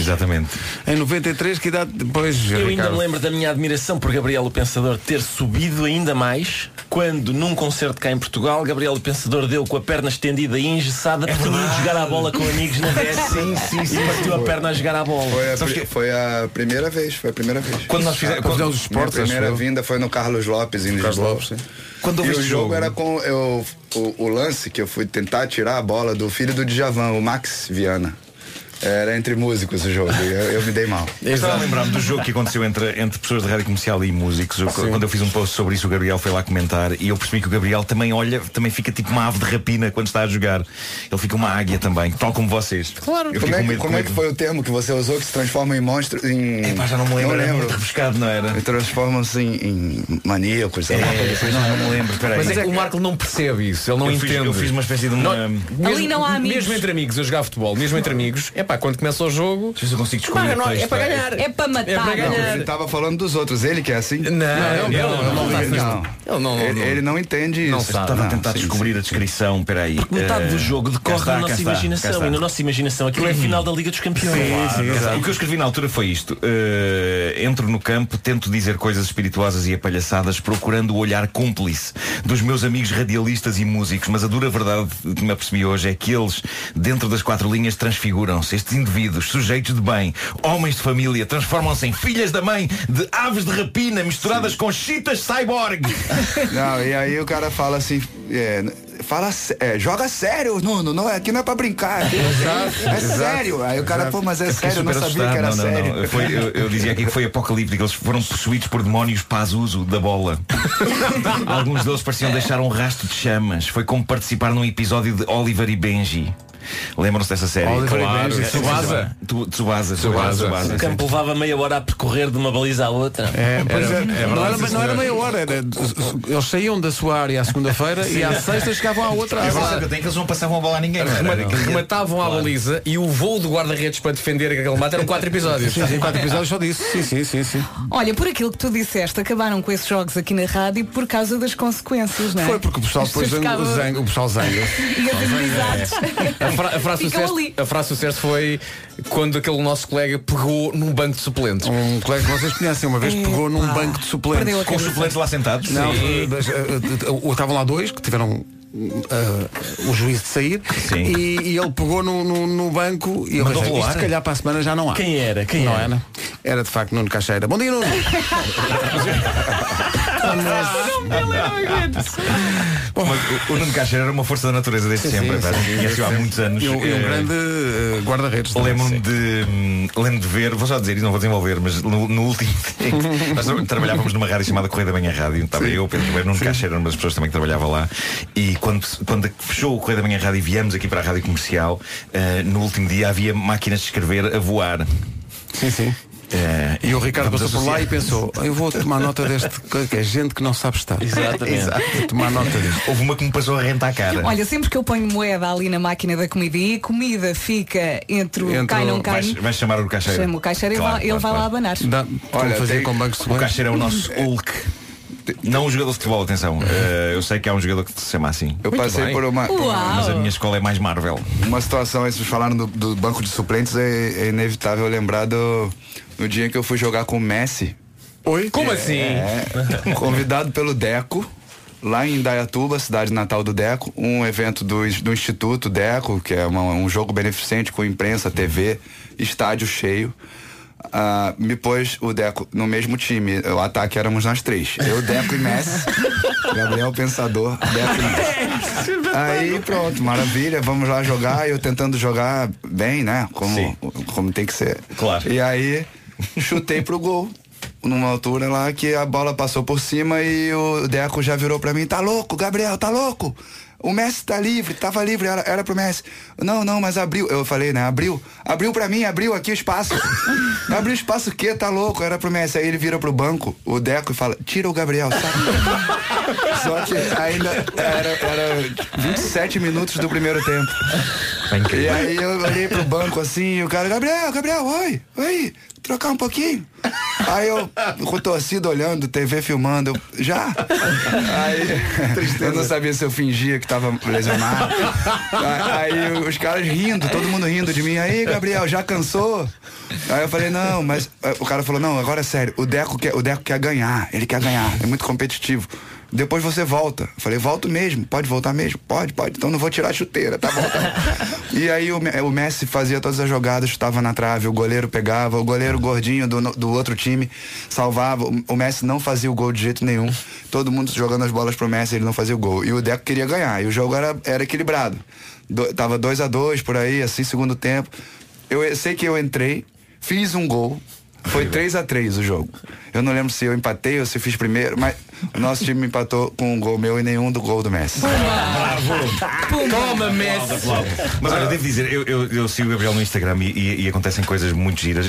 Exatamente.
Em 93, que idade depois.
Eu ainda
Ricardo?
me lembro da minha admiração por Gabriel o Pensador ter subido ainda mais quando, num concerto cá em Portugal, Gabriel o Pensador deu com a perna estendida e engessada
É
porque tinha ido jogar a bola com amigos
(laughs)
(laughs)
na veste
Sim, sim, sim.
e partiu a perna a jogar à bola.
Foi a, pri- foi a primeira vez, foi a primeira vez.
Quando nós fizemos- quando-
Minha
os esportes,
primeira
acho eu.
vinda foi no Carlos Lopes em
Carlos
Lisboa.
Lopes, sim. Quando
e
houve
o jogo,
este jogo?
era com eu, o, o lance que eu fui tentar tirar a bola do filho do Djavan, o Max Viana. Era entre músicos o jogo, e eu, eu me dei mal.
Eu estava a lembrar-me do jogo que aconteceu entre, entre pessoas de rádio comercial e músicos. Eu-
Sim.
quando eu fiz um post sobre isso, o Gabriel foi lá comentar e eu percebi que o Gabriel também olha, também fica tipo uma ave de rapina quando está a jogar. Ele fica uma águia também, tal como vocês.
Como é,
Eu fiquei com
que,
medo,
como
com
é que
medo.
foi o termo que você usou que se transforma em monstro? Em...
Epá, já não me lembro,
Não
era
lembro.
muito rebuscado, não era?
Transformam-se em, em maníacos.
É,
alguma coisa assim.
não, não me lembro, peraí.
Mas é que o Marco não percebe isso, ele não
Eu fiz-
entende.
eu fiz uma espécie de uma-
Ali não há amigos.
Mesmo entre amigos, eu jogava futebol, mesmo entre amigos, é pá, quando começa o jogo.
Se eu consigo
descobrir. é para ganhar.
É para matar.
É para ganhar.
Ele estava falando dos outros, ele que é assim? Não,
ele não, ele não faz isso.
Ele não, ele, ele não entende
Não
isso.
sabe. Estava a tentar descobrir a descrição, peraí.
Porque
Metade
É.
Eh,
do jogo
cá
decorre na
está, cá
nossa
está, cá
imaginação
está.
e na nossa imaginação aquilo é a final da Liga dos Campeões.
Claro, exato.
Exato.
O que eu escrevi na altura foi isto. eh, entro no campo, tento dizer coisas espirituosas e apalhaçadas, procurando o olhar cúmplice dos meus amigos radialistas e músicos, mas a dura verdade que me apercebi hoje é que eles, dentro das quatro linhas, transfiguram-se. Estes indivíduos, sujeitos de bem, homens de família, transformam-se em filhas da mãe de aves de rapina misturadas com chitas cyborg.
(laughs) Não, e aí o cara fala assim, é, fala, sé- é, joga sério, Nuno, não, é- aqui não é pra brincar. aqui é-
Exato,
é
exato.
sério. Aí o cara, pô, mas é
Eu fiquei
sério, eu não
super
sabia que era
assustado. Não, não,
sério.
não. Foi- eu, eu dizia aqui que foi apocalíptico. Eles foram possuídos por demónios Pazuzu
(laughs)
da bola. Alguns deles pareciam deixar um rastro de chamas. Foi como participar num episódio de Oliver e Benji. Lembram-se dessa série?
Oliver e Benji,
É,
Tsubasa.
Tu- Tsubasa. foi, Tsubasa,
O
sim.
campo levava meia hora a percorrer de uma baliza à outra.
É, pois é. não, era, mas não era meia hora, era- eles saíam da sua área à segunda-feira e à sexta chegavam à outra
É
área.
verdade, eu tenho que eles não passavam a bola a ninguém. não era?
Remata-
Não. é?
Rematavam à baliza e o voo do guarda-redes para defender aquele mate eram quatro episódios.
Sim, sim, quatro episódios só disso. Sim, sim, sim, sim.
Olha, por aquilo que tu disseste, acabaram com esses jogos aqui na rádio por causa das consequências, não é?
Foi porque o pessoal
As
depois
pessoas
zanga,
ficavam-
zanga- o pessoal zanga.
(laughs) E as amizades.
A, fra- a frase do
Ficam
sucesso,
ali.
a frase do sucesso foi quando aquele nosso colega pegou num banco de suplentes.
Um colega que vocês conhecem uma vez pegou num banco de suplentes.
Com os suplentes lá sentados.
Não,
Sim.
mas, eh, eh, eh, estavam lá dois que tiveram eh, o juízo de sair e, e ele pegou no, no- no banco e eu
Mandou
pensei, isto
voar?
se calhar para a semana já não há.
Quem era? Quem
não
era?
era? Era de facto Nuno Caixeira. Bom dia, Nuno!
Mas o- o Nuno Caixeira era uma força da natureza desde
Sim,
sempre.
sim,
pá.
sim,
Conheci-o há
sim.
muitos anos. eh,
E um- e um grande, guarda-redes. também,
Lembro-me de, hum, lembro-me de ver, vou só dizer, e não vou desenvolver, mas no, no último (laughs) tempo, nós tra- trabalhávamos numa rádio chamada Correio da Manhã Rádio. Estava eu, Pedro Ribeiro, Nuno Caixeira, uma das pessoas também que trabalhava lá. E quando, quando fechou o Correio da Manhã Rádio e viemos aqui para a rádio comercial, eh, no último dia havia máquinas de escrever a voar. Eh,
Sim, sim. E o Ricardo passou por lá e pensou, eu vou tomar nota deste, que é gente que não sabe estar.
Exatamente.
Vou tomar nota disto.
Houve uma que me passou a rentar a cara.
Olha, sempre que eu ponho moeda ali na máquina da comida e a comida fica entre o um cai não cai.
Vais, vais chamar o caixeiro.
Chama o caixeiro e vai- ele vai lá abanar.
Dá,
Olha,
fazer
tem-
com bancos
(laughs)
de
o caixeiro é o nosso Hulk. Não o jogador de futebol, atenção. Eh, eu sei que há um jogador que se chama assim.
Uhum. Eu passei por uma- por uma- Uau.
Mas a minha escola é mais Marvel.
Uma situação, aí, vocês falaram do, do banco de suplentes, é, é inevitável lembrar do, do dia em que eu fui jogar com o Messi. É,
Oi?
Como assim?
convidado pelo Deco, lá em Indaiatuba, cidade natal do Deco, um evento do, do Instituto Deco, que é uma- um jogo beneficente com imprensa, TV, estádio cheio. Ah, me pôs o Deco no mesmo time. O ataque éramos nós três. Eu, Deco e Messi. Gabriel
(laughs)
Pensador, Deco e Messi. Aí pronto, maravilha, vamos lá jogar. Eu tentando jogar bem, né? Como, como tem que ser. Claro. E aí chutei pro gol. Numa altura lá que a bola passou por cima e o Deco já virou pra mim, tá louco, Gabriel, tá louco? O Messi tá livre, tava livre, era, era pro Messi. Não, não, mas abriu. Eu falei, né? Abriu. Abriu pra mim, abriu aqui o espaço. (laughs) abriu espaço o quê? Tá louco? Era pro Messi. Aí ele vira pro banco, o Deco, e fala, tira o Gabriel, sabe? Só que ainda era, era 27 minutos do primeiro tempo. E aí eu olhei pro banco assim, e o cara, Gabriel, Gabriel, oi, oi, trocar um pouquinho. Aí eu, com torcida olhando, TV filmando, eu, já? Aí eu não sabia se eu fingia que tava lesionado. A- Aí os caras rindo, todo mundo rindo de mim, aí Gabriel, já cansou? Aí eu falei, não, mas eh, o cara falou, não, agora é sério, o Deco quer, o Deco quer ganhar, ele quer ganhar, é muito competitivo. Depois você volta. Eu Falei, volto mesmo, pode voltar mesmo? Pode, pode. Então não vou tirar a chuteira, tá bom? Tá bom. e aí o, Me- o Messi fazia todas as jogadas, chutava na trave, o goleiro pegava, o goleiro gordinho do, no- do outro time salvava. O, o Messi não fazia o gol de jeito nenhum. Todo mundo jogando as bolas pro Messi, ele não fazia o gol. E o Deco queria ganhar. E o jogo era, era equilibrado. Do, tava 2 a 2 por aí, assim, segundo tempo. Eu eu sei que eu entrei, fiz um gol. Foi 3 a 3 o jogo. Eu não lembro se eu empatei ou se fiz primeiro, mas o nosso time empatou com um gol meu e nenhum do gol do Messi.
Toma, Messi.
Mas
Ah.
olha, devo dizer, eu, eu, eu sigo o Gabriel no Instagram e, e- e acontecem coisas muito giras.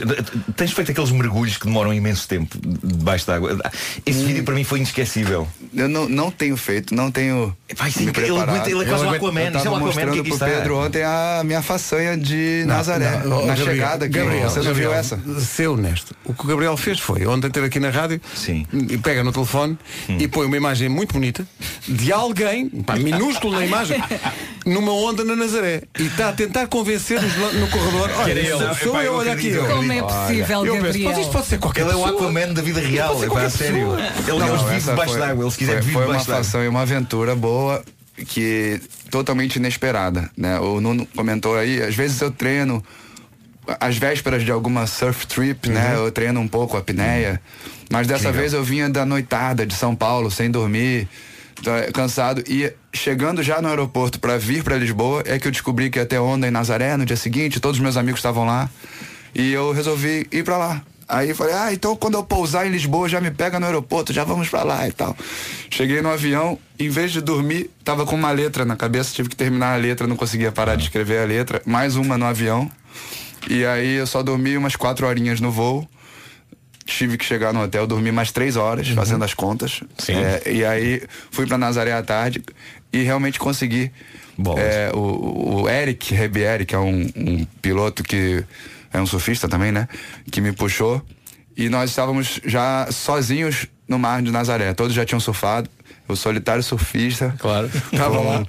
Tens feito aqueles mergulhos que demoram imenso tempo debaixo da água. Esse vídeo para mim foi inesquecível.
Eu não, não tenho feito, não tenho.
Vai,
me
incrível. Ele
preparado.
aguenta- ele é quase
Eu
um
aguento-
Aquaman.
Eu
Isto é um
tava
Aquaman
mostrando
que aqui
pro
está.
Pedro ontem a minha façanha de Nazaré.
Não, não, oh,
na
Gabriel,
chegada aqui.
Gabriel,
você não
Gabriel,
viu essa?
Ser honesto. O que o Gabriel fez foi, ontem esteve aqui na rádio, e pega no telefone e põe uma imagem muito bonita de alguém, pá, minúsculo na imagem, numa onda na Nazaré. E está a tentar convencer-nos lá no corredor.
Que era
Olha,
ele.
sou
Epá,
eu,
eu
olha aqui.
acredito, eu
olha.
acredito. Como é possível,
eu penso,
Gabriel?
mas isto pode ser qualquer
Ele é o
pessoa.
Aquaman da vida real,
Pode ser
é pá,
qualquer
a sério.
pessoa.
Ele não vive
essa
debaixo
foi-
d'água, ele se quiser
foi-
vive
Foi uma
debaixo d'água.
façanha, uma aventura boa que totalmente inesperada, né? O Nuno comentou aí, às vezes eu treino às vésperas de alguma surf trip, né? Eu treino um pouco a apneia, mas dessa
Incrível.
vez eu vinha da noitada de São Paulo sem dormir, tá, cansado e chegando já no aeroporto para vir para Lisboa é que eu descobri que ia ter onda em Nazaré no dia seguinte, todos os meus amigos estavam lá e eu resolvi ir para lá. Aí falei, ah, então quando eu pousar em Lisboa, já me pega no aeroporto, já vamos pra lá e tal. Cheguei no avião, em vez de dormir, tava com uma letra na cabeça, tive que terminar a letra, não conseguia parar de escrever a letra. Mais uma no avião. E aí eu só dormi umas quatro horinhas no voo. Tive que chegar no hotel, dormi mais três horas, fazendo as contas. É, e aí fui pra Nazaré à tarde e realmente consegui. É, o, o Eric Rebieri, que é um, um piloto que é um surfista também, né? Que me puxou. E nós estávamos já sozinhos no mar de Nazaré. Todos já tinham surfado. O solitário surfista. (laughs) Claro. Tava lá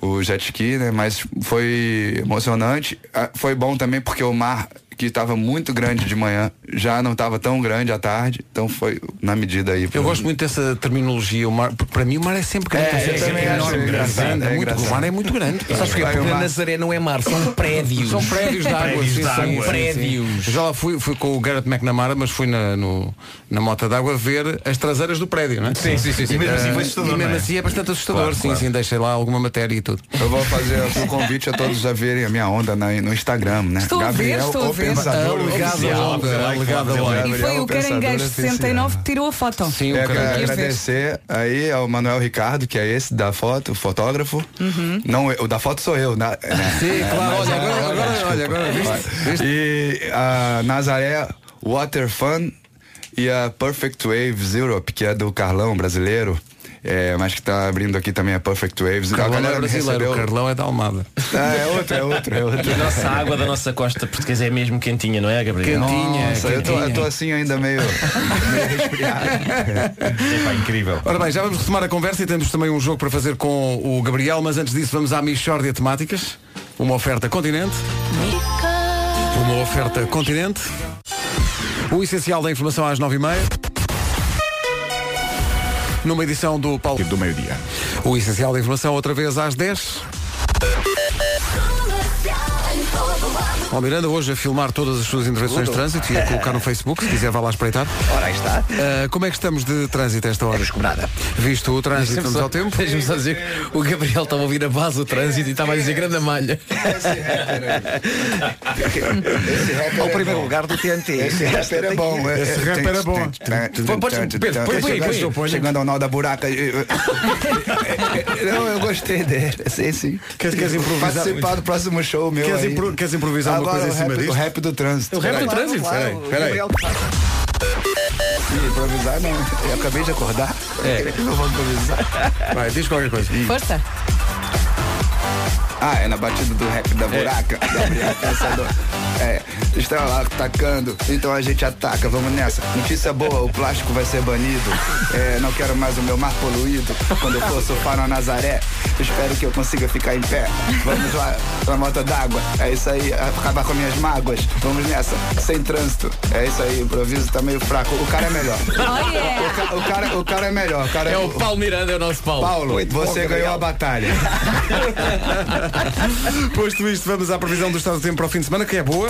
o jet ski, né? Mas foi emocionante. Ah, Foi bom também porque o mar que estava muito grande de manhã já não estava tão grande à tarde, então foi na medida aí.
Eu gosto muito dessa terminologia, o mar, porque para mim o mar é sempre grande.
É,
sempre
eu também acho
enorme,
engraçado,
grande,
é
muito-
engraçado.
o mar é muito grande.
Sabes porquê? Porque na
Nazaré não é mar, são prédios.
São prédios de água,
Prédios
sim,
de
sim,
água.
sim,
Prédios.
sim. Já lá fui, fui com o Garrett McNamara, mas fui na, no, na mota d'água ver as traseiras do prédio, não é?
Sim, sim, sim, sim.
E mesmo
Eh,
assim, foi
e
assustador,
mesmo
não é?
assim
é bastante assustador, sim, sim, deixei lá alguma matéria e tudo.
Eu vou fazer aqui um convite a todos a verem a minha onda na- no Instagram, né?
Estou a ver,
Gabriel
estou a
o
ver.
Pensador Oficial.
E foi
Gabriel,
o Caranguejo
Pensador Oficial.
69 que tirou a foto. é? Sim,
É,
Eu quero É, agradecer aí ao Manuel Ricardo, que é esse da foto, o fotógrafo. Não, eu- o da foto sou eu, né?
(laughs) Sim, claro, olha, agora,
olha,
agora,
desculpa.
olha, agora, viste? Viste?
E a Nazaré Water Fun e a Perfect Waves Europe, que é do Carlão brasileiro. É, mas que está abrindo aqui também a Perfect Waves.
Carlão
A galera
é
me
brasileiro,
recebeu-
Carlão é da Almada.
Ah, é outra, é outra, é outra.
E a nossa água da nossa costa portuguesa é mesmo quentinha, não é, Gabriel?
Nossa, eu tô- eu tô assim ainda
(laughs)
meio.
(laughs) Epá, incrível.
Ora bem, já vamos retomar a conversa e temos também um jogo para fazer com o Gabriel, mas antes disso vamos à Michórdia Temáticas, uma oferta continente. Uma oferta continente. O essencial da informação às nove e meia. Numa edição do Paulo do meio-dia. O essencial da informação outra vez às 10. Paulo Miranda hoje a filmar todas as suas intervenções de trânsito e a colocar no Facebook, se quiser vá lá espreitar.
Ora, aí está. É
como é que estamos de trânsito a esta hora? Visto o trânsito,
Deixa-me
estamos
só-
(laughs)
ao tempo.
Deixa-me só dizer que o Gabriel estava a ouvir a base do trânsito e estava a dizer grande
(laughs)
malha.
Ao primeiro lugar do TNT.
é Esse rapper é bom, é.
Esse rapper é bom.
Pô, pode- Pedro, põe, põe, põe. Chegando ao nó da buraca. (laughs) eu- eu- Não, eu gostei dele. Sim, sim.
Queres- queres improvisar?
Participar do próximo show meu.
Queres
aí.
impro- queres improvisar uma
Agora
coisa em
o
cima
rap-
disto?
O rap do trânsito.
O rap do
Peraí.
trânsito?
Claro,
Peraí,
o
peraí.
Gabriel- Ih, Improvisar né? não. Eu acabei de acordar.
É.
(laughs) Eu vou improvisar.
Vai, diz qualquer coisa.
Força.
Ah, é na batida do rap da
(laughs)
buraca. Gabriel Pensador. É, estão lá atacando, então a gente ataca, vamos nessa. Notícia boa, o plástico vai ser banido. É, não quero mais o meu mar poluído. Quando eu for surfar na Nazaré, espero que eu consiga ficar em pé. Vamos lá, pra moto d'água. É isso aí, acabar com minhas mágoas. Vamos nessa, sem trânsito. É isso aí, o improviso tá meio fraco. O cara é melhor.
Oh, yeah.
o, ca- o cara, o cara é melhor. O cara
É o Paulo Miranda, é o nosso Paulo.
Paulo, você ganhou a batalha.
Posto isto, vamos à previsão do estado do tempo para o fim de semana, que é boa.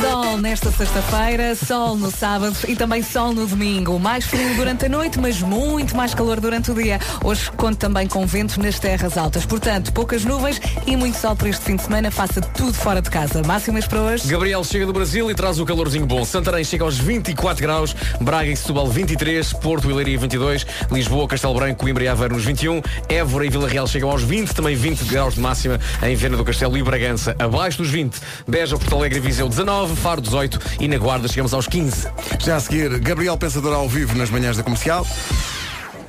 Sol nesta sexta-feira, sol no sábado e também sol no domingo. Mais frio durante a noite, mas muito mais calor durante o dia. Hoje conto também com vento nas terras altas. Portanto, poucas nuvens e muito sol para este fim de semana. Faça tudo fora de casa. Máximas para hoje.
(laughs) Gabriel chega do Brasil e traz o calorzinho bom. Santarém chega aos 24 graus, Braga e Setúbal 23, Porto e Leiria 22, Lisboa, Castelo Branco, Coimbra e Aveiro nos 21, Évora e Vila Real chegam aos 20, também 20 graus de máxima em Viana do Castelo e Bragança, abaixo dos 20. Beja, Porto Alegre e Viseu 19, Faro 18 e na Guarda chegamos aos 15.
Já a seguir, Gabriel Pensador ao vivo nas manhãs da comercial.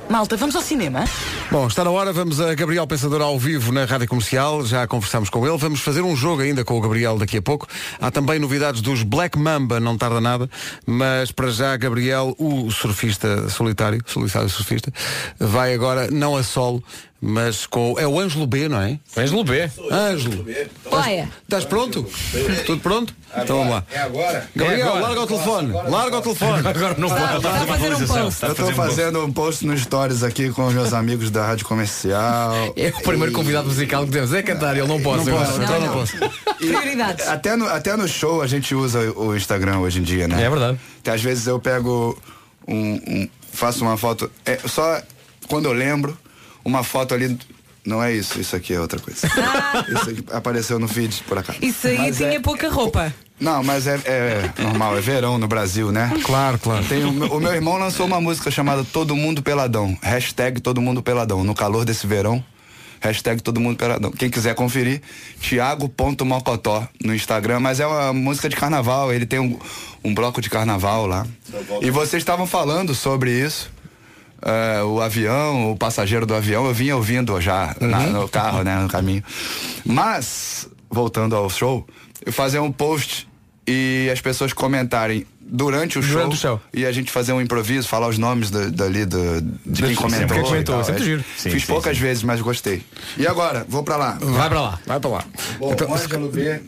Malta, vamos ao cinema?
Bom, está na hora, vamos a Gabriel Pensador ao vivo na Rádio Comercial, já conversamos com ele, vamos fazer um jogo ainda com o Gabriel daqui a pouco. Há também novidades dos Black Mamba, não tarda nada, mas para já Gabriel, o surfista solitário, solitário surfista, vai agora não a solo, mas com. É o Ângelo B, não é?
Ângelo B.
Ângelo.
Olha.
Estás pronto? Tudo pronto? Então vamos lá.
É agora?
Gabriel,
É agora.
larga o telefone.
Agora,
larga o telefone.
Agora não pode. Está a fazer um uma
um
atualização. Está a Eu
Eu estou
tô
fazendo.
fazendo um post no Stories aqui com os meus amigos da Rádio Comercial.
É o primeiro convidado musical que temos, é cantar, ele não pode.
Não
agora.
posso, então não posso.
Prioridades.
Até no, até no show a gente usa o Instagram hoje em dia, né?
É verdade.
Então, às vezes eu pego um. um- faço uma foto. é, só quando eu lembro, uma foto ali. Não é isso, isso aqui é outra coisa. isso aqui apareceu no feed, por acaso.
Isso aí
Mas é,
é-
tinha pouca roupa.
Não, mas é, é normal, é verão no Brasil, né?
Claro, claro.
Tem o, meu- o meu irmão lançou uma música chamada Todo Mundo Peladão. Hashtag Todo Mundo Peladão. No calor desse verão, hashtag Todo Mundo Peladão. Quem quiser conferir, Tiago.mocotó no Instagram, mas é uma música de carnaval, ele tem um, um bloco de carnaval lá. E vocês estavam falando sobre isso. é, o avião, o passageiro do avião, eu vinha ouvindo já na- no carro, né, no caminho. Mas, voltando ao show, eu fazer um post e as pessoas comentarem durante o, show,
Durante
e a gente fazer um improviso, falar os nomes da- dali do, de quem
Sim,
comentou.
quem
e
comentou,
tal.
sempre
É,
giro. Sim,
Fiz
sim,
poucas vezes, mas gostei. E agora, vou pra lá.
Vai para lá.
Vai para lá.
Bom,
Então,
o Ângelo B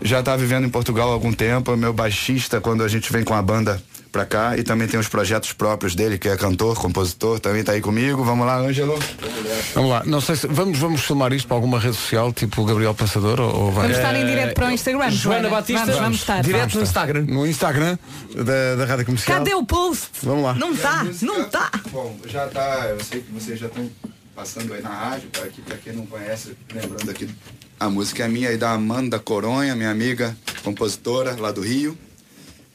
já tá vivendo em Portugal há algum tempo, é meu baixista quando a gente vem com a banda pra cá e também tem os projetos próprios dele, que é cantor, compositor, também tá aí comigo. Vamos lá, Ângelo.
Vamos lá, não sei se. Vamos, vamos filmar isto para alguma rede social, tipo Gabriel Pensador ou, ou vai.
Vamos estar em direto é para o Instagram.
Joana
Eh, é- Batista,
vamos, vamos estar.
direto no
Vamos estar.
Instagram.
No Instagram da, da Rádio Comercial.
Cadê o post?
Vamos lá.
Não está, não está.
Bom, já tá, eu sei que vocês já estão passando aí na rádio, para que, pra quem não conhece, lembrando aqui. A música é minha e da Amanda Coronha, minha amiga, compositora lá do Rio.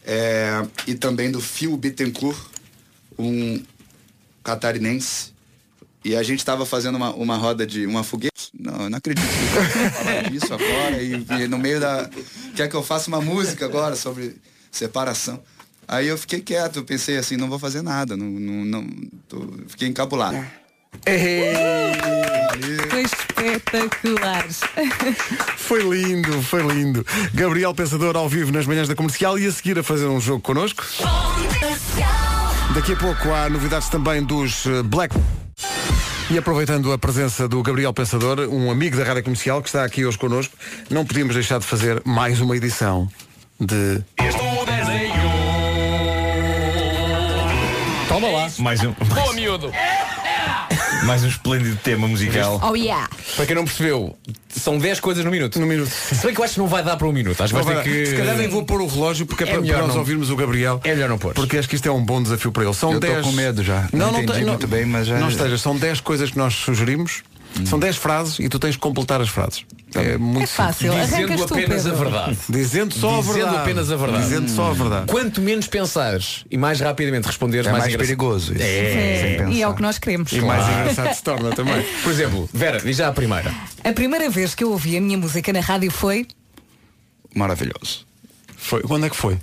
É, e também do Phil Bittencourt, um catarinense. E a gente estava fazendo uma, uma roda de uma fogueira. Não, eu não acredito que eu vou falar disso agora. E, e no meio da. Quer que eu faça uma música agora sobre separação? Aí eu fiquei quieto, eu pensei assim, não vou fazer nada, não, não, não tô- fiquei encabulado. É.
Foi espetaculares.
Foi lindo, foi lindo. Gabriel Pensador ao vivo nas manhãs da comercial e a seguir a fazer um jogo connosco. Daqui a pouco há novidades também dos eh, Black. E aproveitando a presença do Gabriel Pensador, um amigo da Rádio Comercial que está aqui hoje connosco, não podíamos deixar de fazer mais uma edição de.
Toma lá.
Mais um,
Boa, miúdo.
mais um esplêndido tema musical.
Oh yeah.
Para quem não percebeu, são 10 coisas no minuto. No
minuto.
Se bem que eu acho que não vai dar para um minuto. Acho que vais ter que.
Se calhar nem vou pôr o relógio porque é,
É
para,
melhor
para nós
não.
ouvirmos o Gabriel. É melhor não pôr. Porque acho que isto é um bom desafio para ele. São
Eu tô
10.
com medo já. Não
tem-
entendi muito bem, mas eh, Hum. já-
Não esteja, são 10 coisas que nós sugerimos. São 10 frases e tu tens que completar as frases.
Tá
É muito
É fácil,
simples.
Dizendo arrancas tu, apenas Pedro. a verdade.
Dizendo só a
Dizendo
verdade.
apenas a verdade.
Dizendo
Hum.
só a verdade.
Quanto menos pensares e mais rapidamente responderes,
Hum. É
mais,
mais
engraçado.
perigoso isso.
É.
e é o que nós queremos.
Claro.
torna também.
Por exemplo, Vera, diz já a primeira.
A primeira vez que eu ouvi a minha música na rádio foi.
Maravilhoso.
Foi. Quando é que foi?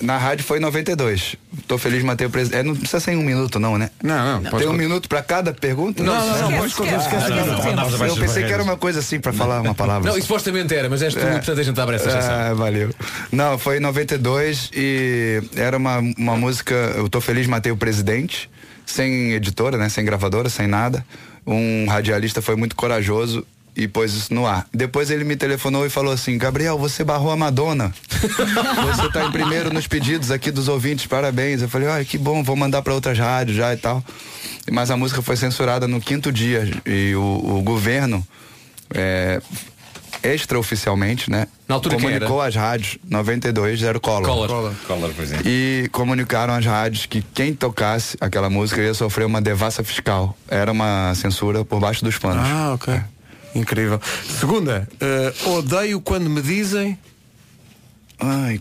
na rádio foi em 92. Tô feliz de manter o presente. É, não precisa ser em um minuto, não, né?
Não,
Tem
pode-
um minuto pra cada pergunta?
Não, não, não, Esquece, pode- esquece, esquece, esquece. esquece.
Ah, não, não, Eu pensei que era uma coisa assim pra falar uma palavra.
Não, e supostamente era, mas és tu,
É.
portanto a gente abre essa exceção.
Ah, valeu. Não, foi em 92 e era uma, uma música, eu tô feliz, matei o presidente, sem editora, né? Sem gravadora, sem nada. Um radialista foi muito corajoso e pôs isso no ar. Depois ele me telefonou e falou assim, Gabriel, você barrou a Madonna. Você tá em primeiro nos pedidos aqui dos ouvintes, parabéns. Eu falei, ai, que bom, vou mandar pra outras rádios já e tal. Mas a música foi censurada no quinto dia e o, o governo é, extraoficialmente, né?
Na altura quem
comunicou as rádios 92 era o Collor.
Collor. Collor,
é.
por exemplo.
E comunicaram às rádios que quem tocasse aquela música ia sofrer uma devassa fiscal. Era uma censura por baixo dos panos.
Ah, ok. Incrível. Segunda, eh, odeio quando me dizem.
Ai.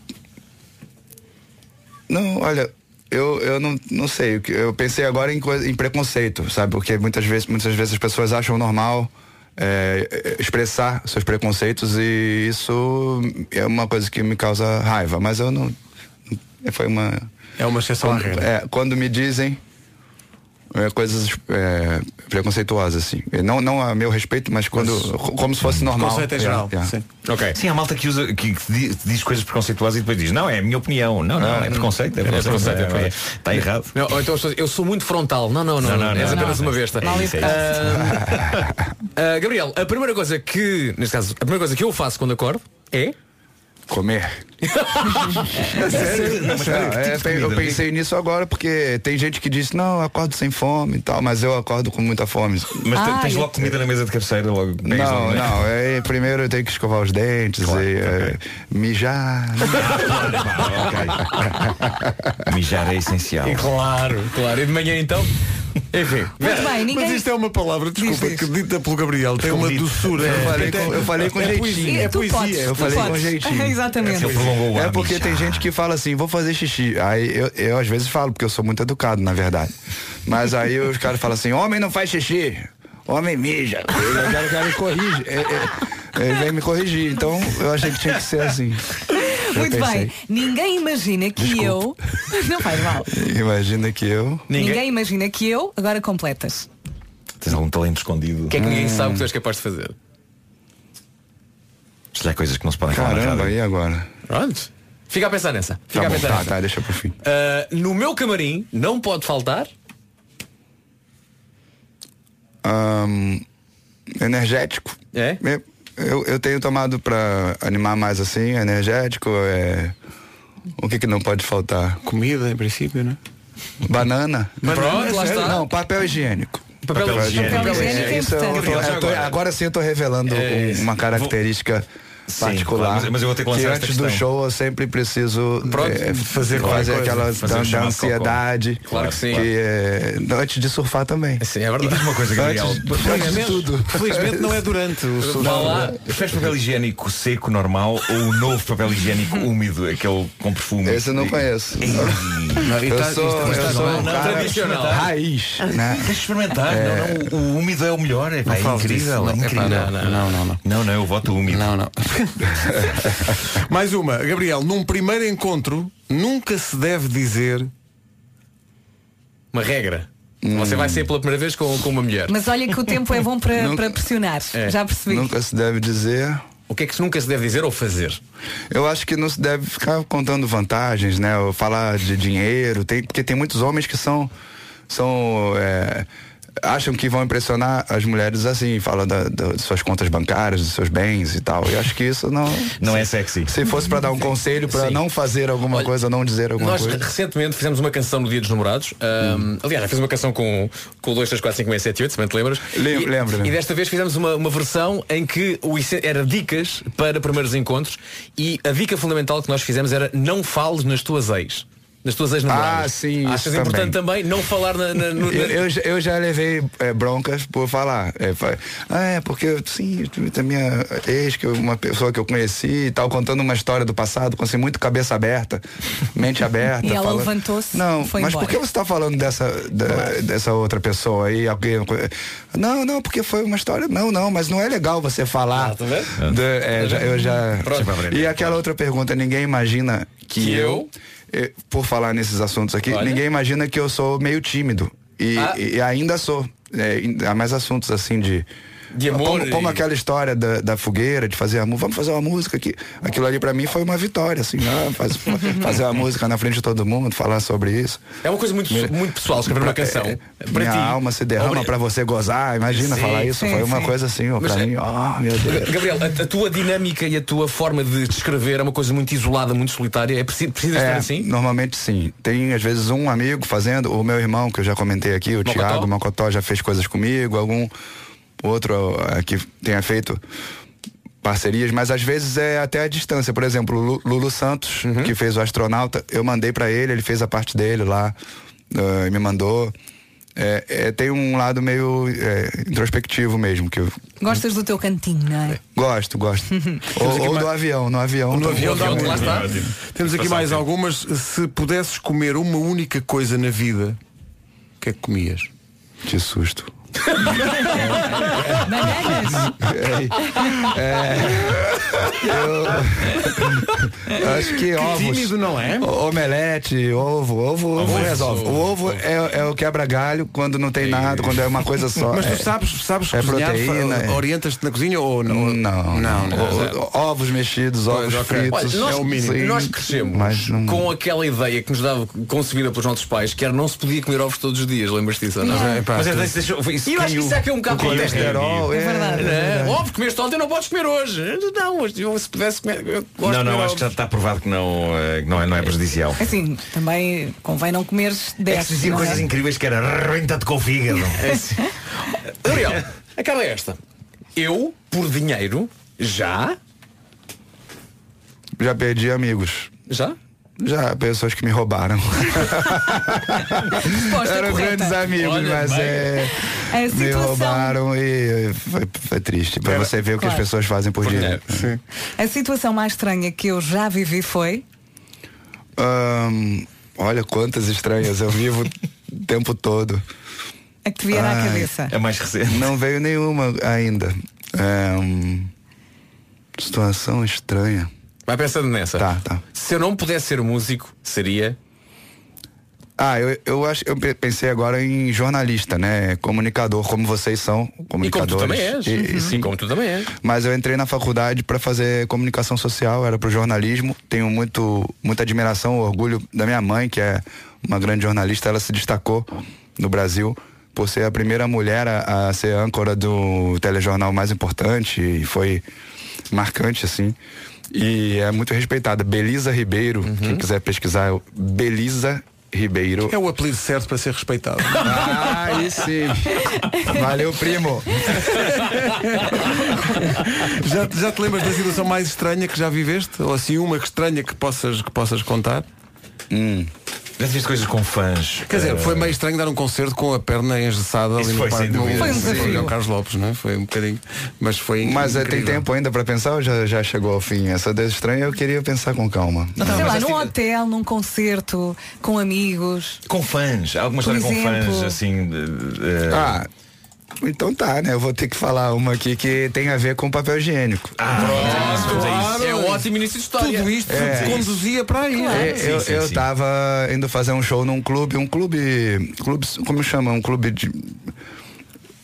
Não, olha, eu, eu não, não sei. o que- Eu pensei agora em, coisa, em preconceito, sabe? Porque muitas vezes, muitas vezes as pessoas acham normal é, é, expressar seus preconceitos e isso é uma coisa que me causa raiva. Mas eu não. Foi uma.
É uma exceção
quando,
à regra.
é, quando me dizem é, coisas é, preconceituosas, assim. Não, não a meu respeito, mas quando. co- como se fosse normal. É, Yeah, yeah.
Ok. é Sim, a malta que usa que, que di- diz coisas preconceituosas e depois diz, não, é a minha opinião. Não,
Ah,
não, é
hum.
preconceito, é preconceito.
preconceito, é
é-
preconceito.
Está errado.
Não, ou então as pessoas, eu sou muito frontal. Não, não, não.
Não,
não,
não,
és
não,
apenas
não.
uma besta.
É isso, é isso.
Ah, ah, Gabriel, a primeira coisa que, neste caso, a primeira coisa que eu faço quando acordo é.
Comer.
Sério?
É Não, é, eu pensei nisso agora porque tem gente que diz, não, eu acordo sem fome e tal, mas eu acordo com muita fome.
Mas
Ah,
te- tens logo comida na mesa de cabeceira, logo pegas
Não,
logo, né?
não, é, primeiro eu tenho que escovar os dentes e é, mijar.
(laughs) Mijar é essencial.
Claro, claro. E de manhã então? Enfim.
Mas,
bem, ninguém-
isto é uma palavra, desculpa, que dita pelo Gabriel, tem uma doçura.
Eu falei
Tem-
com- eu falei com
é
jeitinho.
Poesia, é
Tu
poesia,
podes,
eu
tu
falei com
podes.
jeitinho.
Exatamente.
É porque tem gente que fala assim, vou fazer xixi. Aí eu, eu às vezes falo, porque eu sou muito educado, na verdade. Mas aí os caras falam assim, homem não faz xixi, homem mija. Eu quero que ele corrija. É, é, Ele vem me corrigir, então eu achei que tinha que ser assim. Eu
Muito
pensei.
bem. Ninguém imagina que eu. (laughs) Não faz mal.
Imagina que eu.
Ninguém... imagina que eu. Agora completas.
Tens algum talento escondido.
O que é que ninguém sabe que
Hum.
tu és capaz de fazer?
Isto é coisas que não se podem falar na
Caramba,
rádio.
e agora?
Pronto. Fica a pensar nessa. Tá Fica
Tá,
a
bom,
pensar
tá,
nessa.
tá, deixa pro fim.
Ah, no meu camarim não pode faltar.
Ahn, energético.
É?
Eu, eu tenho tomado pra animar mais assim, energético, é. O que, que não pode faltar?
Comida, em princípio, né?
é? Banana.
Banana, Pronto,
é
lá está.
Não, papel higiênico.
Papel higiênico. Papel higiênico é
Isso eu tô-
importante.
eu tô- agora sim eu tô revelando
É
um-
isso.
uma característica
Sim,
particular.
claro, mas- mas eu vou ter que lançar esta
antes do
questão.
show eu sempre preciso
Pronto,
eh,
fazer qualquer
fazer
coisa.
aquela
Fazer
da-
um
da,
chamado
ansiedade.
cocó. Claro que sim.
eh, antes de surfar também.
Sim, é verdade.
E diz uma coisa, Gabriel.
Antes, antes de tudo.
é durante
surf.
Vá lá, preferes papel higiênico seco, normal ou o novo papel higiênico úmido, aquele com perfume?
Esse eu não conheço. Eu
tá- é
é
sou, eu sou um cara raiz. Né?
Deixa experimentar. Não, não, o úmido é o melhor. É, pá, é
fales
incrível.
disso,
é
não.
incrível.
Epá, não, não,
não. Não, não, eu voto úmido.
Não, não. Mais uma, Gabriel, num primeiro encontro nunca se deve dizer.
Uma regra. Você vai ser pela primeira vez com, com uma mulher.
Mas olha que o tempo é bom para,
Nunca-
para pressionar.
É.
Já percebi.
Nunca se deve dizer.
O que é que nunca se deve dizer ou fazer?
Eu acho que não se deve ficar contando vantagens, né? Ou falar de dinheiro, tem, porque tem muitos homens que são. são é, acham que vão impressionar as mulheres assim, fala da, da- de suas contas bancárias, dos seus bens e tal. Eu acho que isso não.
Não é sexy.
Se fosse para dar um conselho para não fazer alguma coisa, não dizer alguma
Nós
coisa. Hum.
recentemente fizemos uma canção no Dia dos Namorados. Ahm, Aliás, já fiz uma canção com, com o 2, 3, 4, 5, 6, 7, 8, se bem te lembras.
Lem-
E-
lembro, lembro.
E desta vez fizemos uma, uma versão em que o essen- era dicas para primeiros encontros e a dica fundamental que nós fizemos era não fales nas tuas ex. Nas tuas ex-namoradas.
Ah, sim,
Achas
isso
importante também não falar na, na- no-
Eu, eu já- eu já levei é, broncas por falar. É, fa- ah, é porque sim, a minha ex, que eu- uma pessoa que eu conheci e tal, contando uma história do passado, com assim, muito cabeça aberta, mente aberta.
(laughs) E ela
falando-
levantou-se
Não,
e foi
mas
embora.
por que você está falando dessa, da- dessa outra pessoa aí? Alguém, não, não, porque foi uma história. Não, não, mas não é legal você
Ah,
falar.
tá
da- é, já- eu já.
Próximo, Breno.
E aquela outra pergunta, ninguém imagina que,
Que
eu, eh, por falar nesses assuntos aqui,
Olha.
ninguém imagina que eu sou meio tímido. E,
Ah.
e ainda sou. É, in- há mais assuntos assim de.
De amor
como, como
e-
aquela história da, da fogueira, de fazer a música, vamos fazer uma música aqui. Aquilo ali pra mim foi uma vitória, assim, ah,
(laughs)
faz- fazer uma música na frente de todo mundo, falar sobre isso. eh,
É uma coisa muito, muito pessoal escrever uma canção. Para
Minha
ti.
alma se derrama
Obrigado.
pra você gozar, imagina
Sim,
falar isso,
sim,
foi uma
sim.
coisa assim, ó,
Mas
pra
é-
mim, oh meu Deus.
Gabriel, a, a tua dinâmica e a tua forma de escrever é uma coisa muito isolada, muito solitária. É preciso, precisa estar
É,
assim?
Normalmente sim. Tem às vezes um amigo fazendo, o meu irmão que eu já comentei aqui, o Tiago Mocotó já fez coisas comigo, algum outro eh, que tenha feito parcerias, mas às vezes é até a distância. Por exemplo, o Lu- Lulu Santos,
Uhum.
que fez o astronauta, eu mandei pra ele, ele fez a parte dele lá eh, e me mandou. É, é, tem um lado meio eh, introspectivo mesmo, que eu
Gostas do teu cantinho, não é?
gosto, gosto.
(laughs)
ou ou do avião, no avião.
No
tá
avião
bom.
dá muito. né? Temos aqui mais algumas. Se pudesses comer uma única coisa na vida, o que é que comias?
Que susto. É.
É.
Eu acho que, ovos.
tímido, não é?
O- Omelete, ovo, ovo, ovo
Omelete,
resolve.
ovo.
O ovo é, é o quebra-galho quando não tem nada, quando é uma coisa só.
Mas
É-
tu sabes, sabes
é
cozinhar,
proteína,
fa-
é-
orientas-te na cozinha ou não?
Não,
não, não.
O- o- ovos mexidos, ovos fritos.
Olha, nós,
sim,
nós crescemos
mas não-
com aquela ideia que nos dava concebida pelos nossos pais, que era não se podia comer ovos todos os dias, lembras-te disso? ou não?
Não. Mas é,
Mas
deixa- isso
e eu acho que
caiu.
isso é que é um bocado
O colesterol, É é, verdade, é verdade.
Ovo, comeste ontem, não podes comer hoje. Não, hoje, eu, se pudesse comer. eu gosto
Não,
de
não,
comer
acho que já está provado que não, eh, que não, é, não é prejudicial.
Assim, também convém não comeres 10.
É que se dizia
não é?
coisas incríveis que era renta-te com o fígado.
É Ariel, acaba é esta. Eu, por dinheiro, já.
Já perdi amigos.
Já?
Já, pessoas que me roubaram. Eram
correta.
grandes amigos,
Olha,
mas
bem.
é.
A
Me
situação-
roubaram e foi, foi triste. Pra
Era-
você ver o que as
claro.
pessoas fazem por dinheiro. Sim.
A situação mais estranha que eu já vivi foi.
Ahn, olha quantas estranhas eu vivo o tempo todo.
A que te
Ah.
vier à
Ai,
cabeça.
é
Não veio nenhuma ainda. Ahn, situação estranha.
Vai pensando nessa.
Tá, tá.
Se eu não pudesse ser músico, seria.
Ah, eu, eu, acho, eu pe- pensei agora em jornalista, né? Comunicador, como vocês são.
E como tu
Comunicadores.
também és.
E- e
Uhum.
sim.
E como tu também és.
Mas eu entrei na faculdade para fazer comunicação social, era para o jornalismo. Tenho muito, muita admiração, orgulho da minha mãe, que é uma grande jornalista. Ela se destacou no Brasil por ser a primeira mulher a, a ser âncora do telejornal mais importante e foi marcante, assim. E é muito respeitada. Belisa Ribeiro,
Uhum.
quem quiser pesquisar, é o Belisa Ribeiro.
É o apelido certo para ser respeitado.
(laughs) Aí sim. Valeu, primo.
já, te- já te lembras da situação mais estranha que já viveste? Ou assim uma que estranha que possas, que possas contar?
Hum. Já fizeste coisas com fãs.
Quer dizer,
eh,
foi meio estranho dar um concerto com a perna engesada ali
Isso
no
foi,
parque
sem
do
dúvida. Foi um
do
desafio.
Leão Carlos Lopes, não é? Foi um bocadinho. Mas foi.
Mas eh, tem
incrível.
tempo ainda para pensar ou já, já chegou ao fim? Essa das estranha eu queria pensar com calma.
Sei lá, num hotel, num concerto, com amigos.
Com fãs, há alguma
Por
história com
exemplo.
fãs, assim. de- de-
Ah, Então tá, né? Eu vou ter que falar uma aqui que tem a ver com papel higiênico.
Ah,
É um ótimo início de história.
Tudo isto
É.
conduzia para aí.
É, eu, eu
tá.
tava indo fazer um show num clube, um clube. clube como chama? Um clube de.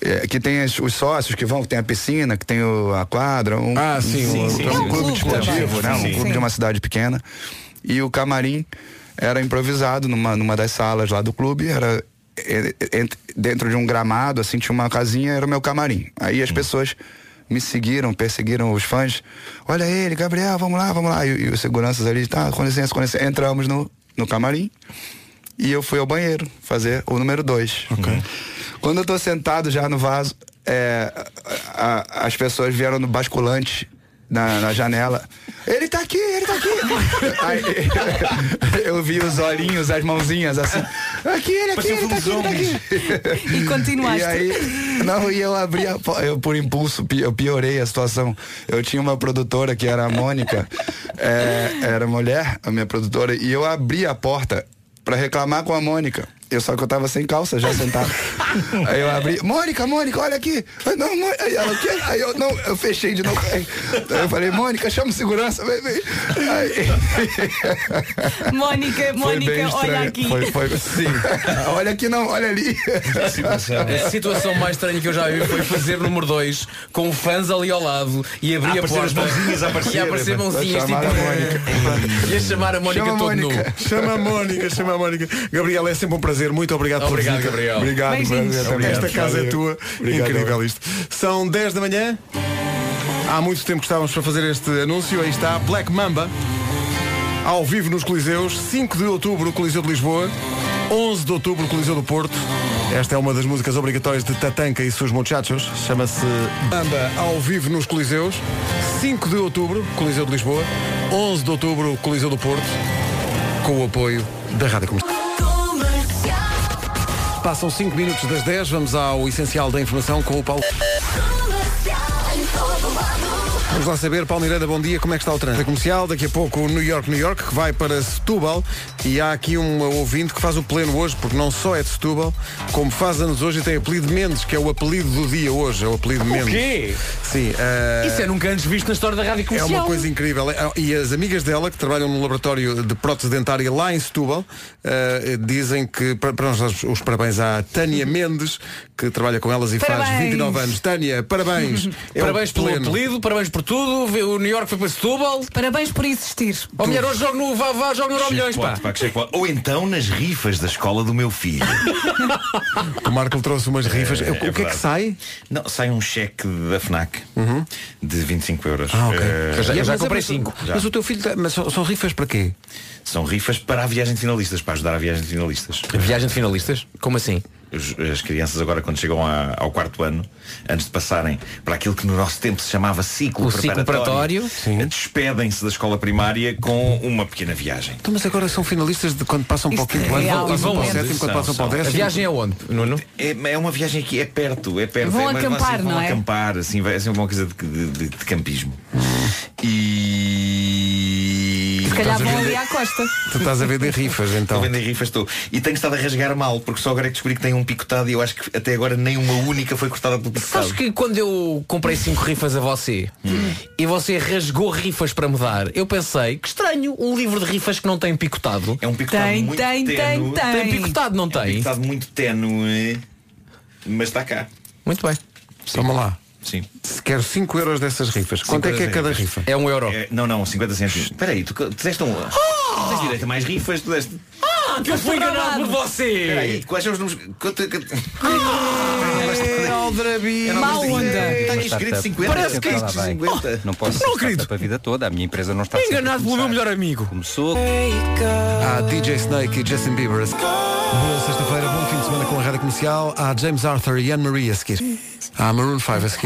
é, que tem as- os sócios que vão, que tem a piscina, que tem o- a quadra. Um,
Ah, sim,
um,
sim, sim.
é um
Sim,
clube
sim.
desportivo, né? Um
Sim, sim.
clube de uma cidade pequena. E o camarim era improvisado numa, numa das salas lá do clube, era é, é, ent- dentro de um gramado, assim, tinha uma casinha, era o meu camarim. Aí
Hum.
as pessoas me seguiram, perseguiram os fãs. Olha ele, Gabriel, vamos lá, vamos lá. E, e os seguranças ali, tá, com licença, com licença. Entramos no, no camarim e eu fui ao banheiro fazer o número 2. Quando eu tô sentado já no vaso, é, a- a- as pessoas vieram no basculante na, na janela. (laughs) Ele tá aqui, ele tá aqui. é. Aí, eu vi os olhinhos, as mãozinhas assim. Aqui, ele aqui, ele tá aqui, ele tá aqui.
E continuaste.
E
(laughs)
aí, não, e eu abri a po- eu por impulso, pi- eu piorei a situação. Eu tinha uma produtora que era a Mônica, é, era mulher, a minha produtora, e eu abri a porta pra reclamar com a Mônica. Eu só que eu tava sem calça, já sentado. Aí eu abri, Mônica, Mônica, olha aqui. Aí, não, Mô- aí ela, o quê? Aí eu, não, eu fechei de novo. Aí eu falei, Mônica, chama o segurança, vem, vem. Aí-
(laughs) Mônica,
Foi bem
Mônica, olha
estranho.
aqui.
Foi, foi-
(laughs)
olha aqui não, olha ali.
A É, situação mais estranha que eu já vi foi fazer número 2 com fãs ali ao lado e
Ah,
abrir
A
a
aparecer
porta
as mãozinhas a aparecer.
(laughs)
e a aparecer mãozinhas
Vai né? chamar
tipo,
a Mónica.
(laughs) e a chamar a Mónica todo nu.
(laughs) Chama a Mónica, chama a Mónica. Gabriel, é sempre um prazer. Muito obrigado
Obrigado,
por vir.
Gabriel.
Obrigado,
Beijinhos.
Gabriel.
Obrigado.
Esta casa é
Valeu.
tua.
Obrigado.
Incrível isto. São 10 da manhã. Há muito tempo que estávamos para fazer este anúncio. Aí está Black Mamba. Ao vivo nos Coliseus, 5 de outubro, Coliseu de Lisboa, 11 de outubro, Coliseu do Porto. Esta é uma das músicas obrigatórias de Tatanka e seus muchachos. Chama-se Bamba ao vivo nos Coliseus, 5 de outubro, Coliseu de Lisboa, 11 de outubro, Coliseu do Porto, com o apoio da Rádio Comercial. Passam 5 minutos das 10, vamos ao essencial da informação com o Paulo. Vamos lá saber, Paulo Miranda, bom dia, como é que está o trânsito comercial? Daqui a pouco o New York, New York, que vai para Setúbal e há aqui um ouvinte que faz o pleno hoje, porque não só é de Setúbal, como faz anos hoje e tem apelido Mendes, que é o apelido do dia hoje, é o apelido Mendes.
quê?
Sim. eh,
Isso é nunca antes visto na história da rádio
é
comercial.
uma coisa incrível. É, E as amigas dela, que trabalham no laboratório de prótese dentária lá em Setúbal, eh, dizem que, para para nós, os- os parabéns à Tânia Mendes, que trabalha com elas e faz
Uhum. Parabéns. Uhum.
29 anos. Tânia, parabéns. É um
parabéns pelo
pleno.
apelido, parabéns por tudo. Vê- O New York foi para Setúbal.
Parabéns por existir.
Ou melhor, hoje jogo no Vá Vá, jogo no Euro Milhões, pá.
Jackpot, pá, que jackpot. Ou então nas rifas da escola do meu filho.
(laughs) O Marco trouxe umas rifas. o que é que sai? Uhum.
Não, sai um cheque da FNAC de 25 euros.
Ah, ok.
Eh,
Eu já- eu já Mas- comprei mas- cinco. mas o teu filho tá- mas são, são rifas para quê?
São rifas para a viagem de finalistas, para ajudar a viagem de finalistas.
Viagem de finalistas? Como assim?
as crianças agora quando chegam a- ao quarto ano, antes de passarem para aquilo que no nosso tempo se chamava ciclo
O ciclo
preparatório, eh, despedem-se da escola primária com uma pequena viagem.
Então, mas agora são finalistas de quando passam para o
é
quinto ano,
Real,
quando passam para o
vão
sétimo,
onde?
quando passam para o
São, são.
décimo.
A viagem é
onde?
É, é uma viagem aqui, é perto, é perto.
Vão
é, mas
acampar,
vocês vão
não é?
acampar, assim, vai é assim, uma coisa de, de- de- de campismo. E.
Se calhar vão ali
(laughs)
à costa.
Tu estás a vender rifas, então.
Estou a vender rifas, estou. E tenho estado a rasgar mal, porque só agora é que descobri que tem um picotado e eu acho que até agora nem uma única foi cortada pelo picotado.
Sabes que quando eu comprei cinco rifas a você
Hum.
e você rasgou rifas para me dar, eu pensei que estranho um livro de rifas que não tem picotado.
É um picotado
tem,
muito
tem,
tenue.
tem, tem. Tem picotado, não
É um
tem?
picotado muito tenue, mas está cá.
Muito bem.
Toma lá.
Sim.
Se quero 5 euros dessas rifas, quanto é que é cada rifa?
É um euro.
não, não, 50 cêntimos. Espera aí, tu, tu deste um. Tu deste direito a mais rifas, tu deste.
Ah, que eu fui enganado por
Espera
você!
aí, quais são os números. Quanto- é quanto-
Aldrabi.
Má onda.
Está
escrito
50. Parece que é isto 50.
Não posso
Não,
ser
querido.
startup a vida toda. A minha empresa não está
Fui enganado pelo meu melhor amigo.
Começou.
Há DJ Snake e Justin Bieber. Boa sexta-feira, bom fim de semana com a rádio comercial. Há James Arthur e Anne Marie a seguir. Há Maroon 5 a seguir.